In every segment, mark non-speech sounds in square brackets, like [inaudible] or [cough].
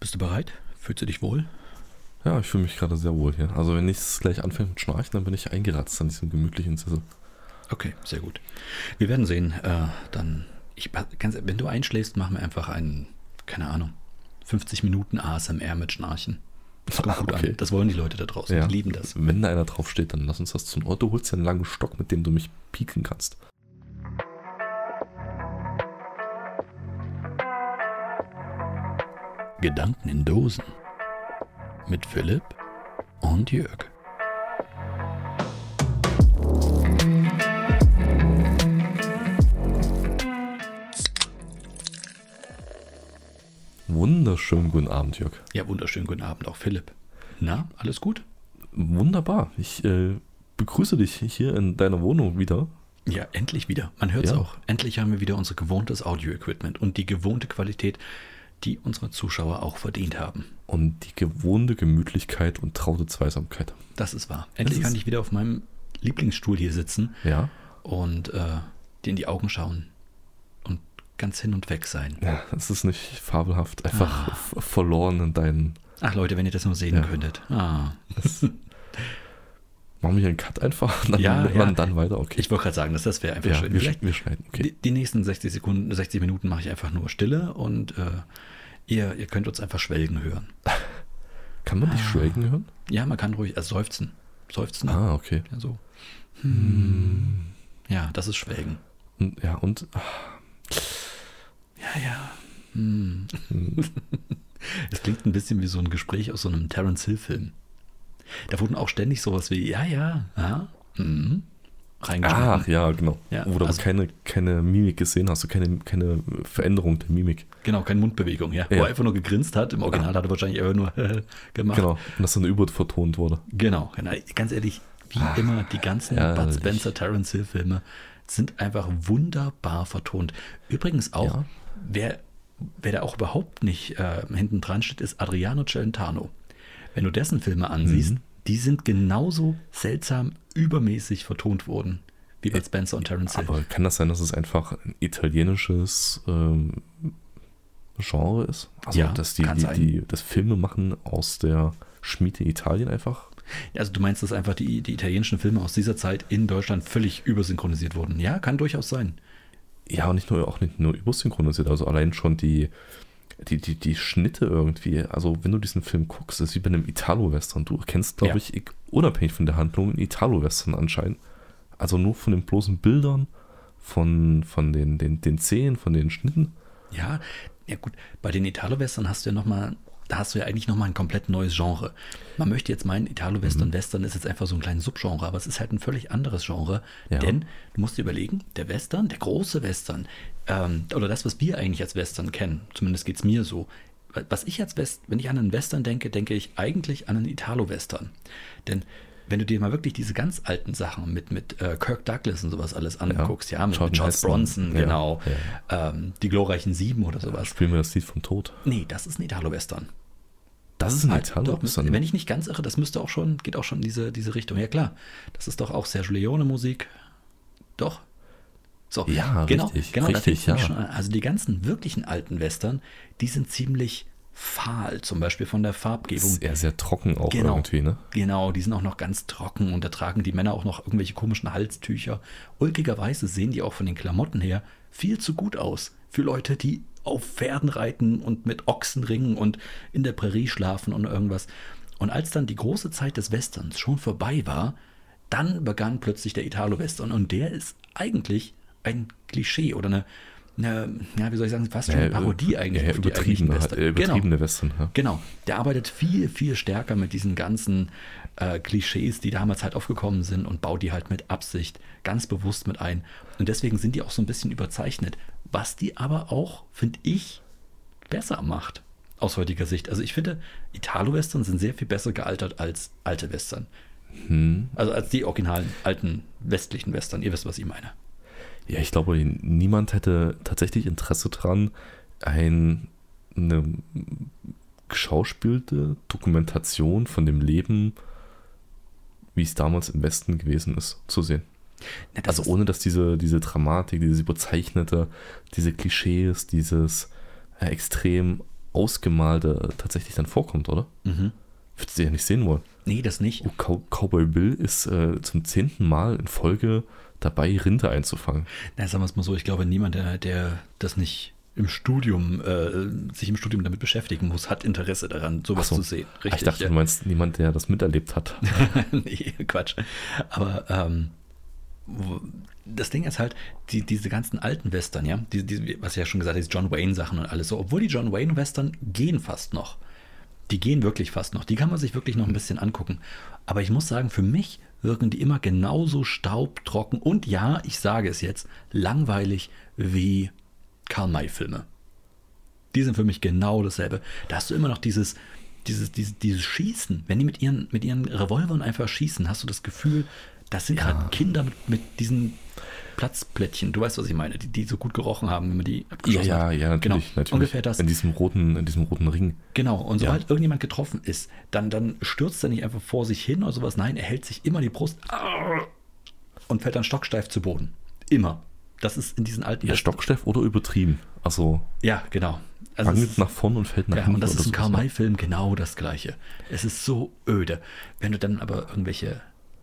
Bist du bereit? Fühlst du dich wohl? Ja, ich fühle mich gerade sehr wohl hier. Also wenn nichts gleich anfängt mit Schnarchen, dann bin ich eingeratzt an diesem gemütlichen Sessel. Okay, sehr gut. Wir werden sehen. Äh, dann, ich, ganz, wenn du einschläfst, machen wir einfach einen, keine Ahnung, 50 Minuten ASMR mit Schnarchen. Das kommt gut Okay. an. Das wollen die Leute da draußen. Ja. Die lieben das. Wenn da einer draufsteht, dann lass uns das zum Ort. Du holst dir einen langen Stock, mit dem du mich pieken kannst. Gedanken in Dosen. Mit Philipp und Jörg. Wunderschönen guten Abend, Jörg. Ja, wunderschönen guten Abend auch Philipp. Na, alles gut? Wunderbar. Ich äh, begrüße dich hier in deiner Wohnung wieder. Ja, endlich wieder. Man hört es Ja. auch. Endlich haben wir wieder unser gewohntes Audio-Equipment und die gewohnte Qualität, die unsere Zuschauer auch verdient haben. Und die gewohnte Gemütlichkeit und traute Zweisamkeit. Das ist wahr. Endlich ist- kann ich wieder auf meinem Lieblingsstuhl hier sitzen Ja. und äh, dir in die Augen schauen und ganz hin und weg sein. Ja, es ist nicht fabelhaft. Ah. Einfach v- verloren in deinen. Ach Leute, wenn ihr das nur sehen Ja. könntet. Ah. Machen wir hier einen Cut einfach. [laughs] Dann, Ja, ja. dann, dann weiter. Okay. Ich wollte gerade sagen, dass das wäre einfach ja, schön. wir, Vielleicht sch- wir schneiden. Okay. die, die nächsten 60 Sekunden, 60 Minuten mache ich einfach nur Stille und äh, ihr, ihr könnt uns einfach schwelgen hören. Kann man dich schwelgen hören? Ja, man kann ruhig also seufzen. Seufzen. Ah, Hm. okay. Ah. Ja, so. Hm. Ja, das ist Schwelgen. Und, ja, und ah, Ja, ja. Hm. [laughs] Es klingt ein bisschen wie so ein Gespräch aus so einem Terence Hill-Film. Da wurden auch ständig sowas wie, ja, ja, ja, mhm, reingeschnitten. ach ja, genau. Ja, Wo du also- keine, keine Mimik gesehen hast, du keine, keine Veränderung der Mimik. Genau, keine Mundbewegung, ja. Wo Ja. er einfach nur gegrinst hat. Im Original hat er wahrscheinlich einfach nur [laughs] gemacht. Genau. Und dass dann über vertont wurde. Genau, genau. Ganz ehrlich, wie immer, die ganzen Ah. ja, Bud ich- Spencer, Terence Hill Filme sind einfach wunderbar vertont. Übrigens auch, Ja. wer, wer da auch überhaupt nicht äh, hinten dran steht, ist Adriano Celentano. Wenn du dessen Filme ansiehst, die sind genauso seltsam übermäßig vertont worden wie Bud Spencer und Terence Hill. Aber kann das sein, dass es einfach ein italienisches ähm, Genre ist? Also, Ja, dass die, kann die, sein. die das Filme machen aus der Schmiede Italien einfach? Also du meinst, dass einfach die, die italienischen Filme aus dieser Zeit in Deutschland völlig übersynchronisiert wurden? Ja, kann durchaus sein. Ja, und nicht nur, auch nicht nur übersynchronisiert, also allein schon die, die, die, die Schnitte irgendwie. Also, wenn du diesen Film guckst, das ist wie bei einem Italo-Western. Du erkennst, glaube Ja. ich, ik- unabhängig von der Handlung, einen Italo-Western anscheinend. Also nur von den bloßen Bildern, von, von den, den, den Szenen, von den Schnitten. Ja, ja gut, bei den Italo-Western hast du ja nochmal, da hast du ja eigentlich nochmal ein komplett neues Genre. Man möchte jetzt meinen, Italo-Western, Mhm. Western ist jetzt einfach so ein kleines Subgenre, aber es ist halt ein völlig anderes Genre. Ja. Denn du musst dir überlegen, der Western, der große Western, ähm, oder das, was wir eigentlich als Western kennen, zumindest geht es mir so. Was ich als West, wenn ich an einen Western denke, denke ich eigentlich an einen Italo-Western. Denn wenn du dir mal wirklich diese ganz alten Sachen mit, mit äh, Kirk Douglas und sowas alles anguckst, ja, mit, mit Charlton Charles Heston. Bronson, Ja, genau, Ähm, die glorreichen Sieben oder sowas. Spielen wir das Lied vom Tod. Nee, das ist ein Italo-Western. Das ist ein Halt, doch, Italo-Western. Wenn ich nicht ganz irre, das müsste auch schon, geht auch schon in diese, diese Richtung. Ja, klar. Das ist doch auch Sergio Leone-Musik. Doch. So, Ja, genau, richtig, genau da richtig, fängt's nämlich ja. schon an. Also die ganzen wirklichen alten Western, die sind ziemlich fahl, zum Beispiel von der Farbgebung. ist eher sehr trocken auch Genau. irgendwie, ne? Genau, die sind auch noch ganz trocken und da tragen die Männer auch noch irgendwelche komischen Halstücher. Ulkigerweise sehen die auch von den Klamotten her viel zu gut aus für Leute, die auf Pferden reiten und mit Ochsen ringen und in der Prärie schlafen und irgendwas. Und als dann die große Zeit des Westerns schon vorbei war, dann begann plötzlich der Italo-Western und der ist eigentlich ein Klischee oder eine, eine ja, wie soll ich sagen, fast schon eine Parodie eigentlich. Ja, auf die eigentlichen übertriebene, halt, Western. äh, Genau. übertriebene Western. Ja. Genau, der arbeitet viel, viel stärker mit diesen ganzen äh, Klischees, die damals halt aufgekommen sind und baut die halt mit Absicht ganz bewusst mit ein. Und deswegen sind die auch so ein bisschen überzeichnet, was die aber auch, finde ich, besser macht aus heutiger Sicht. Also ich finde, Italo-Western sind sehr viel besser gealtert als alte Western. Also als die originalen alten westlichen Western. Ihr wisst, was ich meine. ja, ich glaube, niemand hätte tatsächlich Interesse dran, ein, eine geschauspielte Dokumentation von dem Leben, wie es damals im Westen gewesen ist, zu sehen. Ja, das Also ist- ohne dass diese, diese Dramatik, dieses überzeichnete, diese Klischees, dieses äh, extrem ausgemalte tatsächlich dann vorkommt, oder? Mhm. Würdest du ja nicht sehen wollen. Nee, das nicht. Oh, Cow Cowboy Bill ist äh, zum zehnten Mal in Folge dabei, Rinder einzufangen. Na, sagen wir es mal so, ich glaube, niemand, der, der das nicht im Studium, äh, sich im Studium damit beschäftigen muss, hat Interesse daran, sowas Ach so. zu sehen. Ah, ich dachte, ja. du meinst niemand, der das miterlebt hat. [laughs] nee, Quatsch. Aber ähm, wo- das Ding ist halt, die, diese ganzen alten Western, ja, die, die, was ich ja schon gesagt habe, diese John Wayne-Sachen und alles so, obwohl die John Wayne-Western gehen fast noch. Die gehen wirklich fast noch. Die kann man sich wirklich noch ein bisschen angucken. Aber ich muss sagen, für mich wirken die immer genauso staubtrocken und ja, ich sage es jetzt, langweilig wie Karl-May-Filme. Die sind für mich genau dasselbe. Da hast du immer noch dieses, dieses, dieses, dieses Schießen. Wenn die mit ihren, mit ihren Revolvern einfach schießen, hast du das Gefühl, das sind gerade Kinder mit, mit diesen Platzplättchen. Du weißt, was ich meine, die, die so gut gerochen haben, wenn man die [laughs] Ja, abgeschossen ja, hat. ja, natürlich, genau. natürlich. Ungefähr das. In diesem roten, in diesem roten Ring. Genau, und sobald irgendjemand getroffen ist, dann, dann stürzt er nicht einfach vor sich hin oder sowas. Nein, er hält sich immer die Brust Ah! und fällt dann stocksteif zu Boden. Immer. Das ist in diesen alten. Ja, Stocksteff oder übertrieben. Also Ja, genau. Also es angelt ist- nach vorn und fällt nach Ja, hinten. und das oder ist im so. ne? Karl-May-Film genau das Gleiche. Es ist so öde. Wenn du dann aber irgendwelche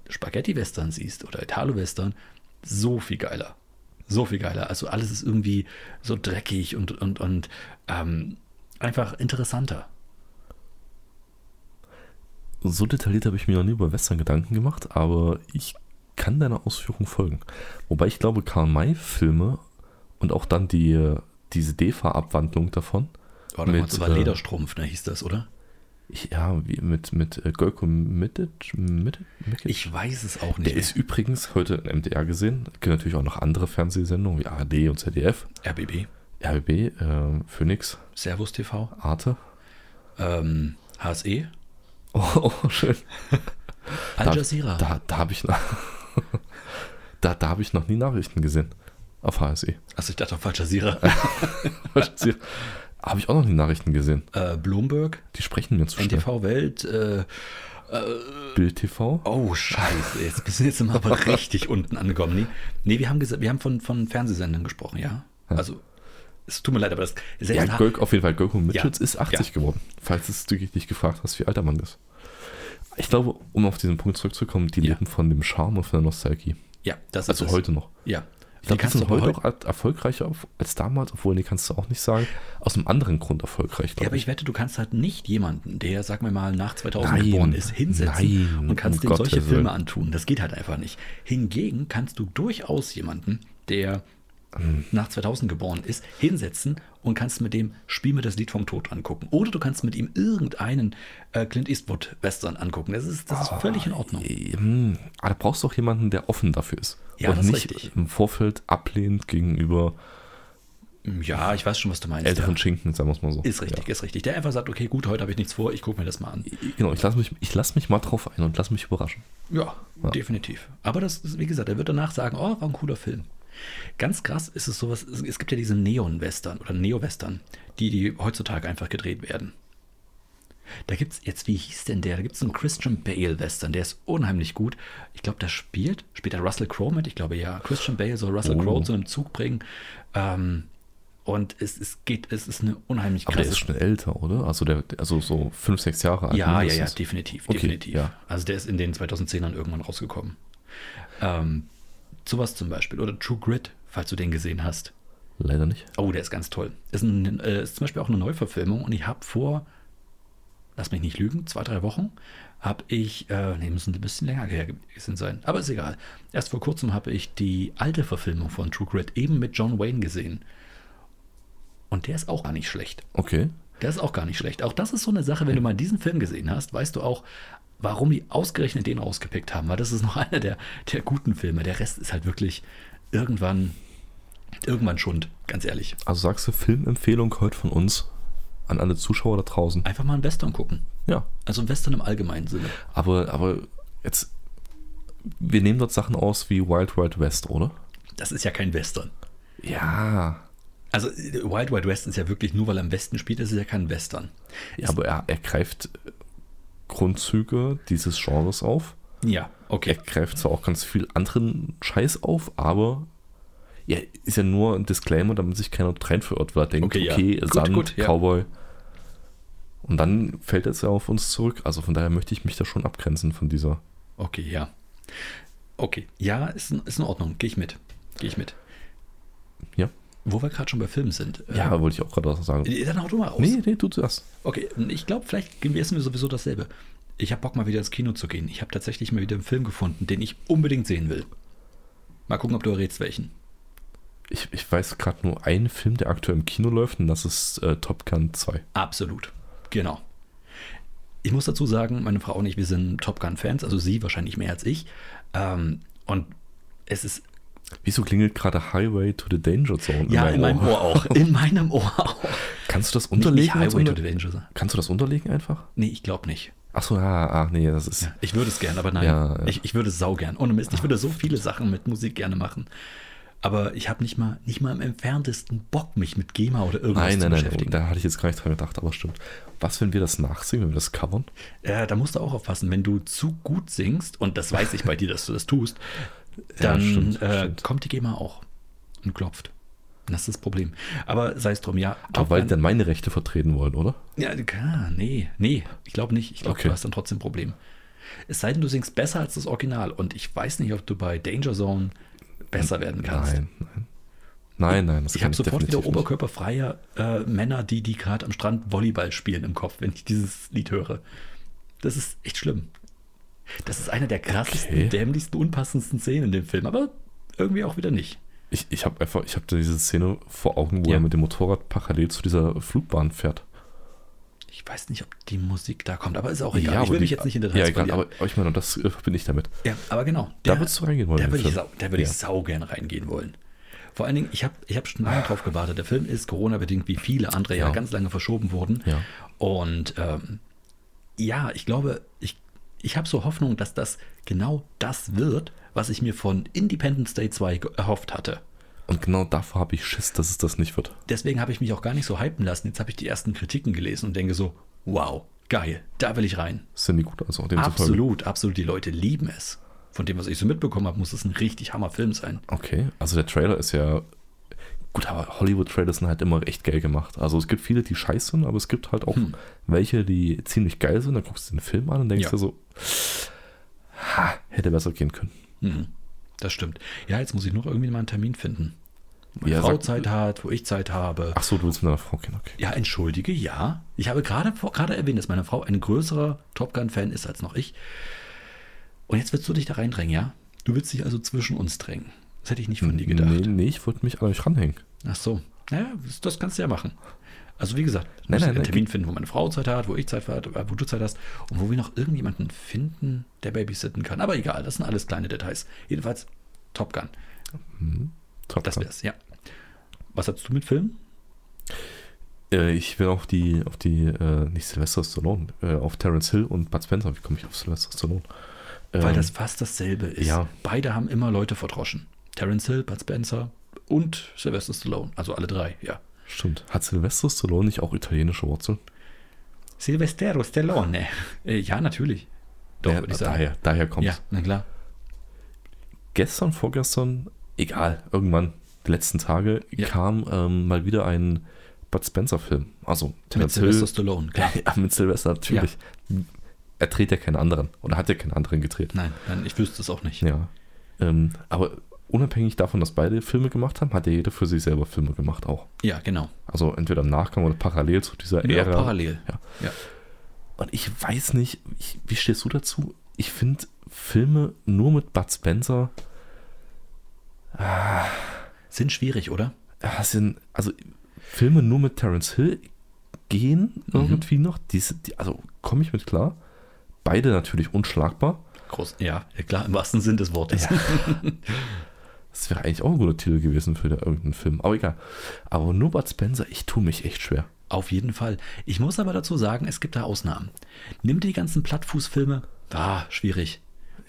Spaghetti-Western siehst oder Italo-Western, so viel geiler. So viel geiler. Also alles ist irgendwie so dreckig und, und, und ähm, einfach interessanter. So detailliert habe ich mir noch nie über Western Gedanken gemacht, aber ich kann deiner Ausführung folgen. Wobei ich glaube, Karl-May-Filme und auch dann die, diese DEFA-Abwandlung davon, Oder Mit, mit, war äh, Lederstrumpf, ne, hieß das, oder? ich, ja, wie mit, mit äh, Golko Mitic, Mitic, Mikic? Ich weiß es auch nicht. Der ist übrigens heute in MDR gesehen. Gibt natürlich auch noch andere Fernsehsendungen wie ARD und ZDF, RBB, RBB, äh, Phoenix, Servus TV, Arte. [laughs] ähm, HSE, Oh, oh schön. Al Jazeera. Da, da habe ich, noch- [laughs] da, da hab ich noch nie Nachrichten gesehen. Auf HSE. Also ich dachte auf Al Jazeera. [laughs] habe ich auch noch nie Nachrichten gesehen. äh, Bloomberg, Die sprechen mir zu schnell. NTV Welt, äh, Bild TV. Oh, scheiße. Jetzt [laughs] bist du jetzt mal aber richtig unten angekommen. Nee, nee wir haben gesagt, wir haben von, von Fernsehsendern gesprochen, ja? Also, es tut mir leid, aber das selbst Ja, da- Gölk, auf jeden Fall. Gölko Mitchells Ja, ist 80 geworden. Falls es du dich gefragt hast, wie alt der Mann ist. Ich glaube, um auf diesen Punkt zurückzukommen, die Ja. leben von dem Charme und von der Nostalgie. ja, das Also ist heute noch. Es. Ja. Ich glaube, die kannst du sind aber heute auch er- erfolgreicher auf- als damals, obwohl, nee, kannst du auch nicht sagen. Aus einem anderen Grund erfolgreich, Ja, glaube aber ich wette, du kannst halt nicht jemanden, der, sag mir mal, nach 2000 Nein, geboren ist, hinsetzen nein, und kannst um dem Gottes solche Filme Willen. antun. Das geht halt einfach nicht. Hingegen kannst du durchaus jemanden, der Hm. nach 2000 geboren ist, hinsetzen und kannst mit dem Spiel mir das Lied vom Tod angucken. Oder du kannst mit ihm irgendeinen äh, Clint Eastwood Western angucken. Das ist, Ah, das ist völlig in Ordnung. Ähm, Aber da brauchst du auch jemanden, der offen dafür ist. Ja, und das ist nicht richtig. im Vorfeld ablehnend gegenüber Ja, ich weiß schon, was du meinst. älteren ja. Schinken, sagen wir es mal so. Ist richtig, ist richtig. Der einfach sagt, okay, gut, heute habe ich nichts vor, ich gucke mir das mal an. Ja. Genau, ich lasse mich, ich lass mich mal drauf ein und lass mich überraschen. Ja, definitiv. Aber das ist, wie gesagt, er wird danach sagen, oh, war ein cooler Film. Ganz krass ist es sowas, es es gibt ja diese Neon-Western oder Neo-Western, die, die heutzutage einfach gedreht werden. Da gibt es jetzt, wie hieß denn der? Da gibt es einen Christian Bale-Western, der ist unheimlich gut. Ich glaube, da spielt, spielt da Russell Crowe mit? Ich glaube ja. Christian Bale soll Russell Oh. Crowe zu einem Zug bringen. Ähm, und es, es geht, es ist eine unheimlich Aber krasse der ist schon älter, oder? Also, der, also so fünf, sechs Jahre alt. ne? ja, ja, ja, mindestens. definitiv, Okay, definitiv. ja. Also der ist in den 2010ern irgendwann rausgekommen. Ähm, sowas zum Beispiel. Oder True Grit, falls du den gesehen hast. Leider nicht. Oh, der ist ganz toll. Ist, ein, äh, ist zum Beispiel auch eine Neuverfilmung und ich habe vor, lass mich nicht lügen, zwei, drei Wochen habe ich, äh, nee, müssen ein bisschen länger her gewesen sein, aber ist egal. Erst vor kurzem habe ich die alte Verfilmung von True Grit eben mit John Wayne gesehen. Und der ist auch gar nicht schlecht. Okay. Der ist auch gar nicht schlecht. Auch das ist so eine Sache, wenn du mal diesen Film gesehen hast, weißt du auch, warum die ausgerechnet den rausgepickt haben. Weil das ist noch [laughs] einer der, der guten Filme. Der Rest ist halt wirklich irgendwann, irgendwann Schund, ganz ehrlich. Also sagst du Filmempfehlung heute von uns an alle Zuschauer da draußen? Einfach mal einen Western gucken. Ja. Also einen Western im allgemeinen Sinne. Aber, aber jetzt, wir nehmen dort Sachen aus wie Wild Wild West, oder? Das ist ja kein Western. Ja. Also äh, Wild Wild West ist ja wirklich nur, weil er im Westen spielt, ist es ja kein Western. Ja, aber er, er greift Grundzüge dieses Genres auf. Ja, Er okay. greift zwar auch ganz viel anderen Scheiß auf, aber ja, ist ja nur ein Disclaimer, damit sich keiner rein verirrt, weil er denkt, Okay, okay, ja. Gut, Sand, gut, ja. Cowboy. Und dann fällt es ja auf uns zurück. Also von daher möchte ich mich da schon abgrenzen von dieser. Okay, ja. Okay, ja, ist, in- ist in Ordnung. Gehe ich mit. Gehe ich mit. Ja. Wo wir gerade schon bei Filmen sind. äh, Ja, wollte ich auch gerade was sagen. äh, Dann hau du mal aus. Nee, nee, tu zuerst. Okay, ich glaube, vielleicht essen wir sowieso dasselbe. Ich habe Bock, mal wieder ins Kino zu gehen. Ich habe tatsächlich mal wieder einen Film gefunden, den ich unbedingt sehen will. Mal gucken, ob du errätst, welchen. Ich, ich weiß gerade nur einen Film, der aktuell im Kino läuft, und das ist äh, Top Gun 2. Absolut. Genau. Ich muss dazu sagen, meine Frau und ich, wir sind Top Gun-Fans, also sie wahrscheinlich mehr als ich. Ähm, und es ist Wieso klingelt gerade Highway to the Danger Zone? ja in meinem Ohr auch. In meinem Ohr auch. Kannst du das Nicht, unterlegen? nicht als Highway to unter- the Danger. Zone. Kannst du das unterlegen einfach? Nee, ich glaube nicht. Achso, ja, ach ah, nee, das ist. Ich würde es gern, aber nein. Ja, ja. Ich, ich würde es saugern. Ohne Mist, ich würde so viele Sachen mit Musik gerne machen. Aber ich habe nicht mal, nicht mal im entferntesten Bock, mich mit GEMA oder irgendwas Nein, zu nein, nein, beschäftigen. da hatte ich jetzt gar nicht dran gedacht, aber stimmt. Was, wenn wir das nachsingen, wenn wir das covern? äh, da musst du auch aufpassen, wenn du zu gut singst, und das weiß ich bei dir, dass du das [laughs] tust, dann stimmt, äh, stimmt. kommt die GEMA auch und klopft. Das ist das Problem. Aber sei es drum, ja. Aber weil die Gun- dann meine Rechte vertreten wollen, oder? Ja, ah, nee, nee, ich glaube nicht. Ich glaube, Okay. du hast dann trotzdem ein Problem. Es sei denn, du singst besser als das Original. Und ich weiß nicht, ob du bei Danger Zone besser werden kannst. Nein, nein. Nein, nein, das ich kann habe sofort wieder definitiv nicht. oberkörperfreie äh, Männer, die, die gerade am Strand Volleyball spielen im Kopf, wenn ich dieses Lied höre. Das ist echt schlimm. Das ist eine der krassesten, Okay. dämlichsten, unpassendsten Szenen in dem Film, aber irgendwie auch wieder nicht. Ich, ich habe einfach, ich habe diese Szene vor Augen, wo Ja. er mit dem Motorrad parallel zu dieser Flugbahn fährt. Ich weiß nicht, ob die Musik da kommt, aber ist auch egal. ich aber will mich die- jetzt nicht in Ja, Details egal, verlieren. aber ich meine, und das äh, verbinde ich damit. ja, aber genau. Da der- würdest du reingehen wollen. Da in den würde ich, Film. sau, da würde ja. ich sau gern reingehen wollen. Vor allen Dingen, ich habe ich hab schon lange drauf gewartet. Der Film ist Corona-bedingt wie viele andere ja Ja. ganz lange verschoben worden. Ja. Und ähm, ja, ich glaube, ich, ich habe so Hoffnung, dass das genau das wird, was ich mir von Independence Day 2 ge- erhofft hatte. Und genau davor habe ich Schiss, dass es das nicht wird. Deswegen habe ich mich auch gar nicht so hypen lassen. Jetzt habe ich die ersten Kritiken gelesen und denke so, wow, geil, da will ich rein. Sind die gut, also demzufolge. Absolut, absolut. Die Leute lieben es. Von dem, was ich so mitbekommen habe, muss es ein richtig hammer Film sein. Okay, also der Trailer ist ja. Gut, aber Hollywood-Trailer sind halt immer echt geil gemacht. Also es gibt viele, die scheiße sind, aber es gibt halt auch welche, die ziemlich geil sind. Dann guckst du den Film an und denkst Hm. Ja. dir so, ha, hätte besser gehen können. Mhm, das stimmt. Ja, jetzt muss ich noch irgendwie mal einen Termin finden. Wo Ja, Frau sag- Zeit hat, wo ich Zeit habe. Ach so, du willst mit deiner Frau gehen, okay. Ja, entschuldige, ja. Ich habe gerade vor- gerade erwähnt, dass meine Frau ein größerer Top Gun-Fan ist als noch ich. Und jetzt willst du dich da reindrängen, ja? Du willst dich also zwischen uns drängen. Das hätte ich nicht von dir gedacht. Nee, nee, ich wollte mich an euch ranhängen. Ach so. Naja, das- das kannst du ja machen. Also wie gesagt, du Nein, musst nein, einen nein, Termin finden, wo meine Frau Zeit hat, wo ich Zeit hat, äh, wo du Zeit hast und wo wir noch irgendjemanden finden, der babysitten kann. Aber egal, das sind alles kleine Details. Jedenfalls Top Gun. Hm, Top Das Gun. wär's, ja. Was hast du mit Filmen? Äh, ich bin auf die, auf die, äh, nicht Sylvester Stallone, äh, auf Terence Hill und Bud Spencer. Wie komme ich auf Sylvester Stallone? Weil Ähm, das fast dasselbe ist. ja. Beide haben immer Leute verdroschen. Terence Hill, Bud Spencer und Sylvester Stallone. Also alle drei, ja. Stimmt. Hat Sylvester Stallone nicht auch italienische Wurzeln? Silvestero Stallone. Äh, ja, natürlich. Doch, Ja, würde ich sagen. Daher, daher kommt Ja, na klar. gestern, vorgestern, egal, irgendwann, die letzten Tage, Ja. kam ähm, mal wieder ein Bud Spencer-Film. Also Mit Terence Sylvester Hill. [laughs] Stallone, klar. Ja, mit Sylvester, natürlich. Er dreht ja keinen anderen oder hat ja keinen anderen gedreht. Nein, nein, ich wüsste es auch nicht. Ja. Ähm, aber unabhängig davon, dass beide Filme gemacht haben, hat ja jeder für sich selber Filme gemacht auch. Ja, genau. Also entweder im Nachgang oder parallel zu dieser Ja, Äh, Ära. parallel. Ja. Ja. Und ich weiß nicht, ich, wie stehst du dazu? Ich finde Filme nur mit Bud Spencer Sind schwierig, oder? Ja, sind, also Filme nur mit Terence Hill gehen Mhm. irgendwie noch. Die, sind- die, also komme ich mit klar. Beide natürlich unschlagbar. Groß, ja, ja, klar, im wahrsten Sinn des Wortes. Das wäre eigentlich auch ein guter Titel gewesen für irgendeinen Film. Aber egal. Aber nur Bud Spencer, ich tue mich echt schwer. [laughs] Auf jeden Fall. Ich muss aber dazu sagen, es gibt da Ausnahmen. Nimm dir die ganzen Plattfußfilme. Ah, schwierig.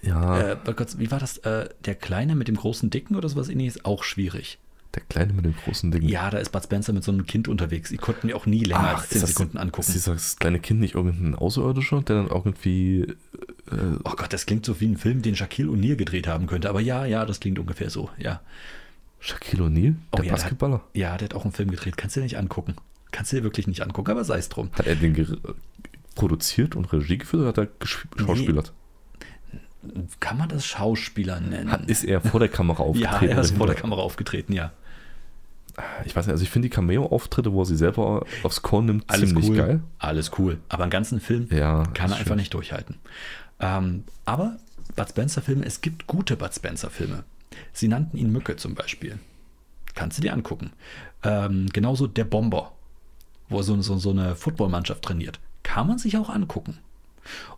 Ja, Äh, warte kurz, wie war das? Äh, der Kleine mit dem großen Dicken oder sowas ähnliches? Auch schwierig. der Kleine mit dem großen Ding. Ah, Ja, da ist Bud Spencer mit so einem Kind unterwegs. Ich konnte mir auch nie länger als 10 Hm. ist das- Sekunden angucken. Ist dieses kleine Kind nicht irgendein Außerirdischer, der dann irgendwie. oh Gott, das klingt so wie ein Film, den Shaquille O'Neal gedreht haben könnte. Aber ja, ja, das klingt ungefähr so. Ja, Shaquille O'Neal? Oh Der ja, der hat- Basketballer? ja der hat auch einen Film gedreht. Kannst du dir nicht angucken. Kannst du dir wirklich nicht angucken, aber sei es drum. Hat er den ger- produziert und Regie geführt oder hat er gesch- geschauspielert? Kann man das Schauspieler nennen? Hat- Ist er vor der [laughs] Kamera ja, aufgetreten? er ist oder vor der hinter- Kamera aufgetreten, ja. Ich weiß nicht, also ich finde die Cameo-Auftritte, wo er sie selber aufs Korn nimmt, ziemlich cool. geil. Alles cool. Aber einen ganzen Film Ja, kann das er einfach stimmt. nicht durchhalten. Ähm, aber Bud Spencer-Filme, es gibt gute Bud Spencer-Filme. Sie nannten ihn Mücke zum Beispiel. Kannst du dir angucken. Ähm, genauso Der Bomber, wo er so, so, so eine Footballmannschaft trainiert. Kann man sich auch angucken.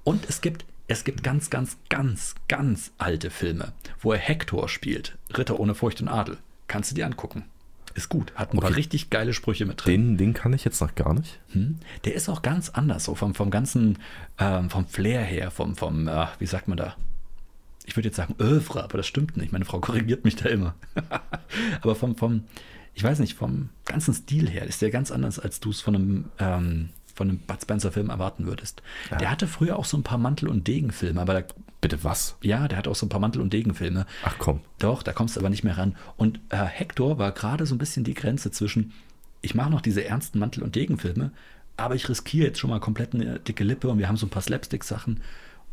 Und es gibt, es gibt ganz, ganz, ganz, ganz alte Filme, wo er Hector spielt. Ritter ohne Furcht und Adel. Kannst du dir angucken. Ist gut. Hat ein paar Okay. richtig geile Sprüche mit drin. Den, den kann ich jetzt noch gar nicht. Hm? Der ist auch ganz anders, so vom, vom ganzen, ähm, vom Flair her, vom, vom äh, wie sagt man da? Ich würde jetzt sagen Övre, aber das stimmt nicht. Meine Frau korrigiert mich da immer. [laughs] aber vom, vom, ich weiß nicht, vom ganzen Stil her ist der ganz anders, als du es von einem, ähm, von einem Bud Spencer-Film erwarten würdest. Der hatte früher auch so ein paar Mantel- und Degenfilme, aber da, Bitte was? ja, der hat auch so ein paar Mantel- und Degenfilme. Ach komm. Doch, da kommst du aber nicht mehr ran. Und äh, Hector war gerade so ein bisschen die Grenze zwischen, ich mache noch diese ernsten Mantel- und Degenfilme, aber ich riskiere jetzt schon mal komplett eine dicke Lippe und wir haben so ein paar Slapstick-Sachen.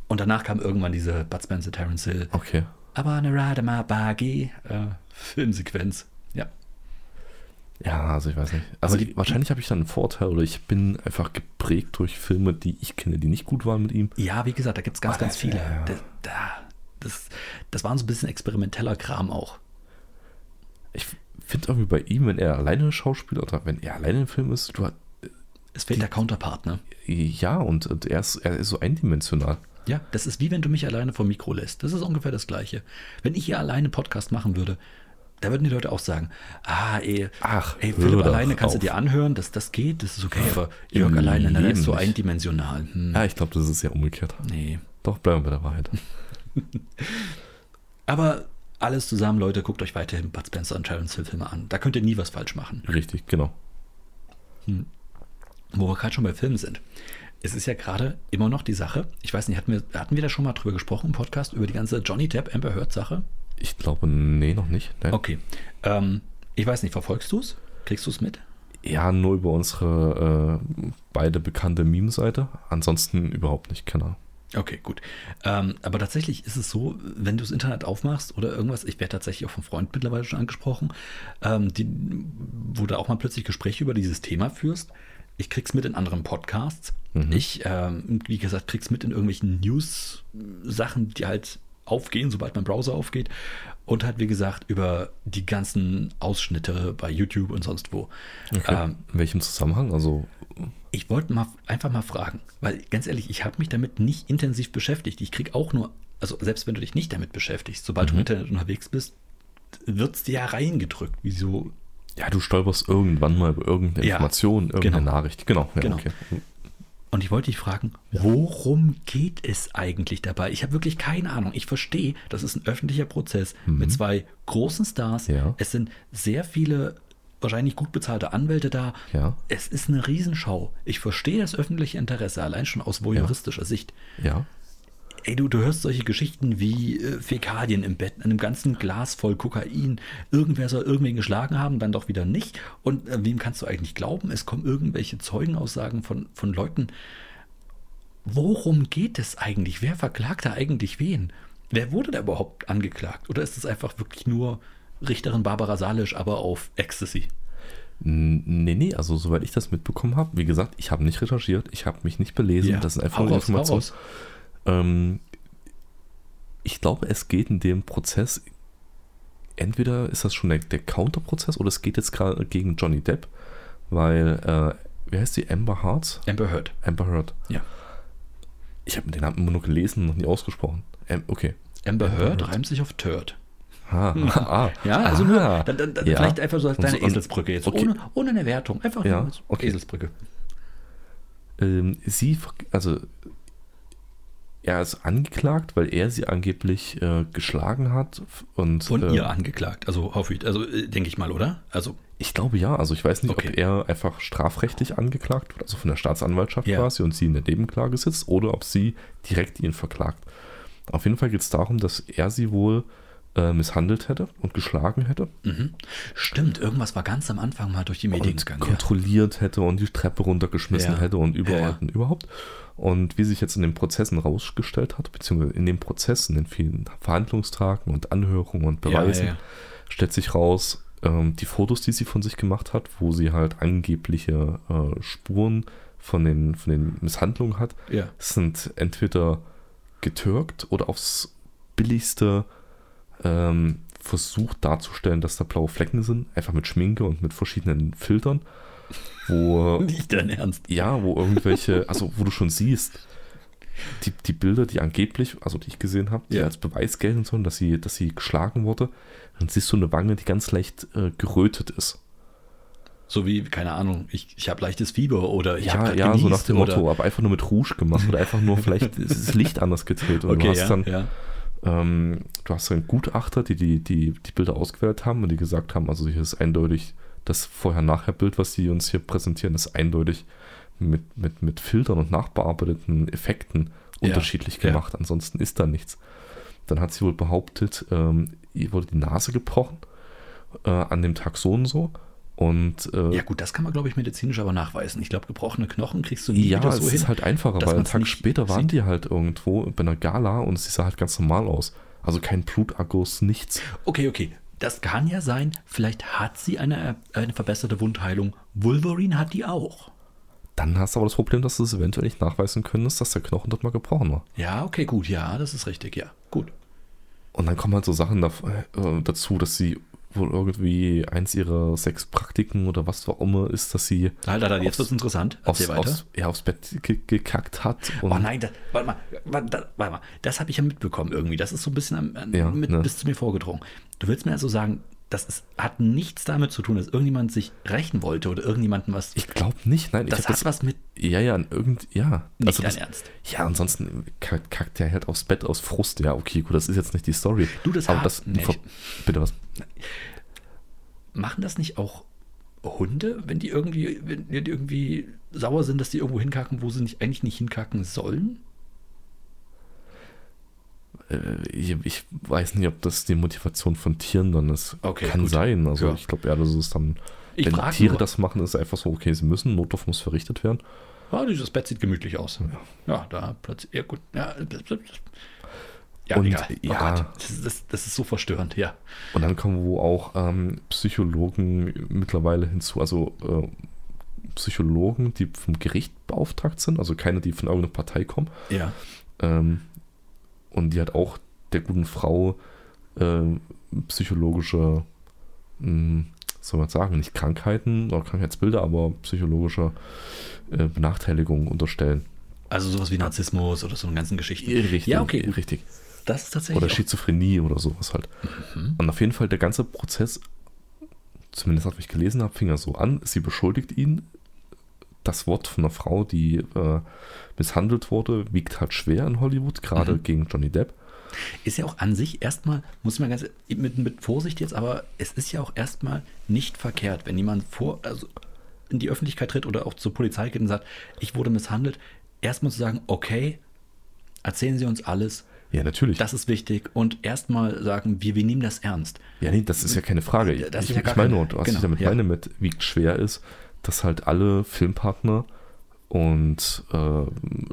Und danach kam irgendwann diese Bud Spencer, Terence Hill. Okay. Aber eine Radama Bagi äh, Filmsequenz. Ja. Ja, also ich weiß nicht. Also die- wahrscheinlich habe ich dann einen Vorteil oder ich bin einfach geprägt durch Filme, die ich kenne, die nicht gut waren mit ihm. Ja, wie gesagt, da gibt es ganz, Ah, ganz das- viele. ja, ja. Da, da, das, das war so ein bisschen experimenteller Kram auch. Ich finde irgendwie bei ihm, wenn er alleine Schauspieler oder wenn er alleine im Film ist, du hat, Es fehlt der Counterpart, ne? ja und, und er, ist, er ist so eindimensional. Ja, das ist wie wenn du mich alleine vom Mikro lässt. Das ist ungefähr das Gleiche. Wenn ich hier alleine einen Podcast machen würde, da würden die Leute auch sagen, ah, ey, Ach, ey hör Philipp doch alleine kannst auf. du dir anhören, das, das geht, das ist okay, aber Im Jörg alleine, na, der Leben ist so nicht. eindimensional. Hm, Ja, ich glaube, das ist ja umgekehrt. nee. Doch, bleiben wir bei der Wahrheit. [laughs] Aber alles zusammen, Leute, guckt euch weiterhin Bud Spencer und Terence Hill Filme an. Da könnt ihr nie was falsch machen. Richtig, genau. Wo wir gerade schon bei Filmen sind. Es ist ja gerade immer noch die Sache, ich weiß nicht, hatten wir, hatten wir da schon mal drüber gesprochen im Podcast, über die ganze Johnny Depp Amber Heard Sache? Ich glaube, nee, noch nicht. Nein. Okay. Ähm, ich weiß nicht, verfolgst du es? Kriegst du es mit? Ja, nur über unsere äh, beide bekannte Meme-Seite. Ansonsten überhaupt nicht, keine Ahnung. Okay, gut. Ähm, aber tatsächlich ist es so, wenn du das Internet aufmachst oder irgendwas, ich werde tatsächlich auch vom Freund mittlerweile schon angesprochen, ähm, die, wo du auch mal plötzlich Gespräche über dieses Thema führst. Ich krieg's mit in anderen Podcasts. Ich, ähm, wie gesagt, krieg's mit in irgendwelchen News-Sachen, die halt aufgehen, sobald mein Browser aufgeht. Und halt, wie gesagt, über die ganzen Ausschnitte bei YouTube und sonst wo. Ähm, In welchem Zusammenhang? Also, ich wollte mal einfach mal fragen, weil ganz ehrlich, ich habe mich damit nicht intensiv beschäftigt. Ich kriege auch nur, also selbst wenn du dich nicht damit beschäftigst, sobald Mhm. du im Internet unterwegs bist, wird es dir ja reingedrückt. Wieso? ja, ah, du stolperst irgendwann mal über irgendeine Ja, Information, irgendeine genau. Nachricht. Genau, ja, Genau. okay. Und ich wollte dich fragen, worum geht es eigentlich dabei? Ich habe wirklich keine Ahnung. Ich verstehe, das ist ein öffentlicher Prozess mit zwei großen Stars. Mhm. Ja. Es sind sehr viele wahrscheinlich gut bezahlte Anwälte da. Ja. Es ist eine Riesenschau. Ich verstehe das öffentliche Interesse, allein schon aus voyeuristischer Sicht. Ja. Ey, du, du hörst solche Geschichten wie äh, Fäkalien im Bett, einem ganzen Glas voll Kokain. Irgendwer soll irgendwen geschlagen haben, dann doch wieder nicht. Und äh, wem kannst du eigentlich glauben? Es kommen irgendwelche Zeugenaussagen von, von Leuten. Worum geht es eigentlich? Wer verklagt da eigentlich wen? Wer wurde da überhaupt angeklagt? Oder ist es einfach wirklich nur Richterin Barbara Salisch, aber auf Ecstasy? N- Nee, nee, also soweit ich das mitbekommen habe, wie gesagt, ich habe nicht recherchiert, ich habe mich nicht belesen, das sind einfach hau nur raus, hau Informationen. raus. Ähm, ich glaube, es geht in dem Prozess, entweder ist das schon der, der Counterprozess oder es geht jetzt gerade gegen Johnny Depp, weil, äh, wie heißt die, Amber Heart? Amber Heard. Amber Heard. Ja. Ich habe den Namen immer nur gelesen, noch nie ausgesprochen. Ähm, okay. Amber Heard Heard. reimt sich auf Turd. [laughs] Ah, ah, Ja, also ah, nur, dann, dann, dann ja. vielleicht einfach so als Und kleine und- Eselsbrücke jetzt, okay. ohne, ohne eine Wertung, einfach Ja, nur als okay. Eselsbrücke. ähm, sie, ver- also er ist angeklagt, weil er sie angeblich äh, geschlagen hat f- und Von äh, ihr angeklagt, also hoffe ich, also äh, denke ich mal, oder? Also, ich glaube ja, also ich weiß nicht, Okay. ob er einfach strafrechtlich angeklagt wird, also von der Staatsanwaltschaft Ja. quasi und sie in der Nebenklage sitzt oder ob sie direkt ihn verklagt. Auf jeden Fall geht es darum, dass er sie wohl äh, misshandelt hätte und geschlagen hätte Mhm. Stimmt, irgendwas war ganz am Anfang mal durch die Medien und gegangen. Ja. kontrolliert hätte und die Treppe runtergeschmissen Ja. hätte und überall Ja, ja. und überhaupt. Und wie sich jetzt in den Prozessen rausgestellt hat, beziehungsweise in den Prozessen, in vielen Verhandlungstagen und Anhörungen und Beweisen, Ja, ja, stellt sich raus, ähm, die Fotos, die sie von sich gemacht hat, wo sie halt angebliche äh, Spuren von den, von den Misshandlungen hat, ja. ja. sind entweder getürkt oder aufs billigste ähm, versucht darzustellen, dass da blaue Flecken sind, einfach mit Schminke und mit verschiedenen Filtern, [laughs] wo Nicht dein Ernst. ja, wo irgendwelche, [laughs] also wo du schon siehst, die, die Bilder, die angeblich, also die ich gesehen habe, die Ja. als Beweis gelten sollen, dass sie, dass sie geschlagen wurde, dann siehst du eine Wange, die ganz leicht äh, gerötet ist. So wie, keine Ahnung, ich, ich habe leichtes Fieber oder ich habe ja, grad ja, so nach genießt dem oder- Motto, also aber einfach nur mit Rouge gemacht oder einfach [laughs] nur vielleicht ist das Licht anders gedreht und Okay, du hast ja, dann äh, ja. Ähm, du hast dann Gutachter, die die, die die Bilder ausgewertet haben und die gesagt haben, also hier ist eindeutig das Vorher-Nachher-Bild, was sie uns hier präsentieren, ist eindeutig mit, mit, mit Filtern und nachbearbeiteten Effekten Ja, unterschiedlich ja. gemacht. Ansonsten ist da nichts. Dann hat sie wohl behauptet, ähm, ihr wurde die Nase gebrochen äh, an dem Tag so und so. Und äh, Ja, gut, das kann man, glaube ich, medizinisch aber nachweisen. Ich glaube, gebrochene Knochen kriegst du nie ja, wieder es so ist hin. halt einfacher, dass weil einen man's Tag nicht später waren sieht. die halt irgendwo bei einer Gala und sie sah halt ganz normal aus. Also kein Blutakkus, nichts. okay, okay. Das kann ja sein. Vielleicht hat sie eine, eine verbesserte Wundheilung. Wolverine hat die auch. Dann hast du aber das Problem, dass du es eventuell nicht nachweisen könntest, dass der Knochen dort mal gebrochen war. Ja, okay, gut. Ja, das ist richtig. Ja, gut. Und dann kommen halt so Sachen dav- äh, dazu, dass sie wohl irgendwie eins ihrer sechs Praktiken oder was auch immer ist, dass sie Halt, halt, halt, jetzt Aufs- wird's interessant. aufs, Erzähl weiter. aufs, ja, aufs Bett ge gekackt hat. Und Oh nein, das, warte mal, warte, das, warte mal, das habe ich ja mitbekommen irgendwie. Das ist so ein bisschen am, an, Ja, mit, ne. bis zu mir vorgedrungen. Du willst mir also sagen, das ist, hat nichts damit zu tun, dass irgendjemand sich rächen wollte oder irgendjemanden was. Ich glaube nicht, nein. ich das hab hat was mit. ja, ja, in irgend, ja. Nicht Also dein das, Ernst. Ja, ansonsten kackt, kackt der halt aufs Bett aus Frust. Ja, okay, gut, das ist jetzt nicht die Story. Du, das aber hat- das nicht. Bitte was? Machen das nicht auch Hunde, wenn die irgendwie, wenn die irgendwie sauer sind, dass die irgendwo hinkacken, wo sie nicht, eigentlich nicht hinkacken sollen? Äh, Ich, ich weiß nicht, ob das die Motivation von Tieren dann ist. Okay, Kann gut. sein. Also Ja. ich glaube eher, dass es dann, Ich wenn frag Tiere nur. das machen, ist einfach so, okay, sie müssen, Notdurft muss verrichtet werden. Ah, dieses Bett sieht gemütlich aus. Ja, da plötzlich. Ja, gut. Ja, blub, blub, blub. ja Und, egal. Oh ja. Gott, das, ist- das, das ist so verstörend, ja. Und dann kommen wo auch ähm, Psychologen mittlerweile hinzu, also äh, Psychologen, die vom Gericht beauftragt sind, also keine, die von irgendeiner Partei kommen. Ja. Ähm, und die hat auch der guten Frau ähm, psychologische, mh, soll man sagen, nicht Krankheiten oder Krankheitsbilder, aber psychologische äh, Benachteiligungen unterstellen. Also sowas wie Narzissmus oder so einen ganzen Geschichten. Richtig, Ja, okay, gut. richtig. Das ist tatsächlich. Oder auch- Schizophrenie oder sowas halt. Mhm. Und auf jeden Fall der ganze Prozess, zumindest was ich gelesen habe, fing er so an. Sie beschuldigt ihn. Das Wort von einer Frau, die äh, misshandelt wurde, wiegt halt schwer in Hollywood, gerade Mhm. gegen Johnny Depp. Ist ja auch an sich erstmal, muss man ganz mit, mit Vorsicht jetzt, aber es ist ja auch erstmal nicht verkehrt, wenn jemand vor, also in die Öffentlichkeit tritt oder auch zur Polizei geht und sagt, ich wurde misshandelt, erstmal zu sagen, okay, erzählen Sie uns alles, Ja, natürlich. das ist wichtig und erstmal sagen, wir, wir nehmen das ernst. Ja, nee, das ist ja keine Frage. Ich, Das ist ich, ja gar ich meine, keine- nur, was genau, ich damit ja. meine mit wie schwer ist, dass halt alle Filmpartner und äh,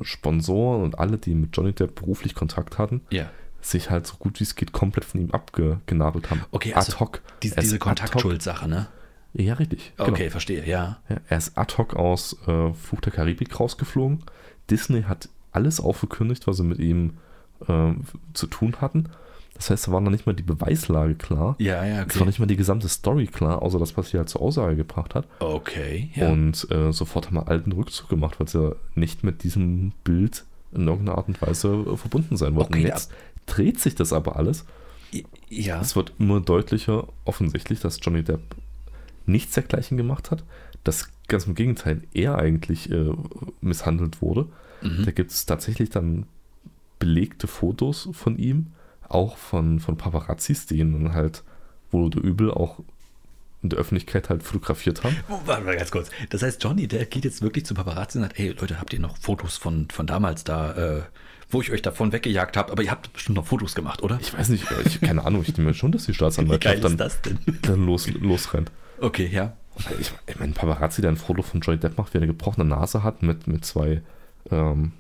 Sponsoren und alle, die mit Johnny Depp beruflich Kontakt hatten, Ja. sich halt so gut wie es geht komplett von ihm abgenabelt haben. Okay, also ad hoc. Diese, Er ist diese ad hoc- Kontaktschuld-Sache, ne? Ja, richtig. genau. Okay, verstehe, ja. Ja, er ist ad hoc aus äh, Fluch der Karibik rausgeflogen. Disney hat alles aufgekündigt, was sie mit ihm ähm, zu tun hatten. Das heißt, da war noch nicht mal die Beweislage klar. Ja, ja, Es war nicht mal die gesamte Story klar, außer das, was sie halt zur Aussage gebracht hat. Okay, ja. Und äh, sofort haben wir alten Rückzug gemacht, weil sie nicht mit diesem Bild in irgendeiner Art und Weise äh, verbunden sein wollten. Okay, Und jetzt dreht sich das aber alles. ja. Es wird immer deutlicher, offensichtlich, dass Johnny Depp nichts dergleichen gemacht hat. Das ganz im Gegenteil, er eigentlich äh, misshandelt wurde. Da gibt es tatsächlich dann belegte Fotos von ihm, auch von, von Paparazzis, die ihn dann halt wohl oder übel auch in der Öffentlichkeit halt fotografiert haben. Oh, Warte mal ganz kurz. Das heißt, Johnny, der geht jetzt wirklich zu Paparazzi und sagt, hey Leute, habt ihr noch Fotos von, von damals da, äh, wo ich euch davon weggejagt habe, aber ihr habt bestimmt noch Fotos gemacht, oder? Ich weiß nicht, ich, keine Ahnung, ich nehme schon, dass [laughs] die Staatsanwaltschaft dann, das denn? dann los, losrennt. Okay, ja. Ich, ich meine, Paparazzi, der ein Foto von Johnny Depp macht, wie er eine gebrochene Nase hat mit, mit zwei ähm,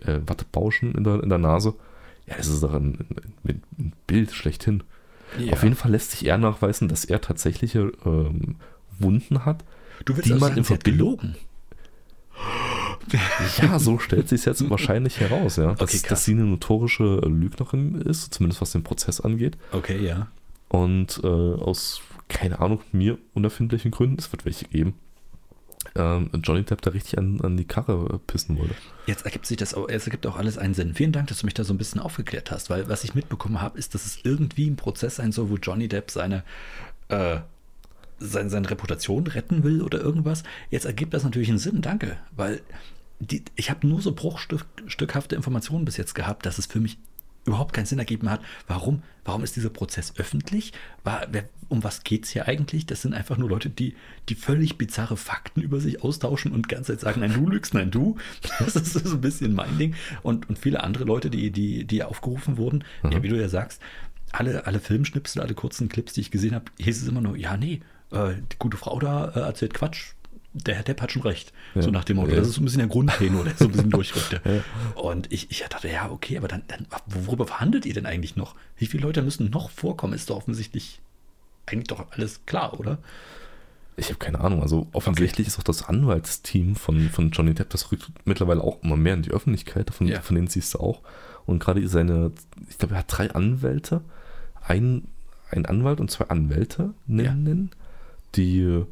äh, Wattebauschen in der, in der Nase. Ja, das ist doch ein, ein, ein Bild schlechthin. ja. Auf jeden Fall lässt sich er nachweisen, dass er tatsächliche ähm, [laughs] Wunden hat. Du willst die also man sagen, in sie hat Verbindung- gelogen. Ja, so stellt sich jetzt wahrscheinlich heraus, ja. Dass, Okay, krass. dass sie eine notorische Lügnerin ist, zumindest was den Prozess angeht. Okay, ja. Und äh, aus, keine Ahnung, mir unerfindlichen Gründen, es wird welche geben, ähm, Johnny Depp da richtig an, an die Karre äh, pissen wollte. Jetzt ergibt sich das auch, es ergibt auch alles einen Sinn. Vielen Dank, dass du mich da so ein bisschen aufgeklärt hast, weil was ich mitbekommen habe, ist, dass es irgendwie ein Prozess sein soll, wo Johnny Depp seine, äh, sein, seine Reputation retten will oder irgendwas. Jetzt ergibt das natürlich einen Sinn, danke, weil die, ich habe nur so bruchstückhafte Informationen bis jetzt gehabt, dass es für mich überhaupt keinen Sinn ergeben hat. Warum? Warum ist dieser Prozess öffentlich? War, wer, um was geht es hier eigentlich? Das sind einfach nur Leute, die, die völlig bizarre Fakten über sich austauschen und die ganze Zeit sagen, nein, du lügst, nein, du. [laughs] Das ist so ein bisschen mein Ding. Und, und viele andere Leute, die, die, die aufgerufen wurden, ja, wie du ja sagst, alle, alle Filmschnipsel, alle kurzen Clips, die ich gesehen habe, hieß es immer nur, ja, nee, äh, die gute Frau da äh, erzählt Quatsch. Der Herr Depp hat schon recht. So nach dem Motto. Ja. Das ist so ein bisschen der Grundtenor, der so ein bisschen durchrückte. [laughs] Und ich, ich dachte, ja, okay, aber dann, dann, worüber verhandelt ihr denn eigentlich noch? Wie viele Leute müssen noch vorkommen? Ist doch offensichtlich eigentlich doch alles klar, oder? Ich habe keine Ahnung. Also offensichtlich ist auch das Anwaltsteam von, von Johnny Depp, das rückt mittlerweile auch immer mehr in die Öffentlichkeit. Von, Ja. von denen siehst du auch. Und gerade seine, ich glaube, er hat drei Anwälte. Ein, ein Anwalt und zwei Anwälte Ja. nennen, die,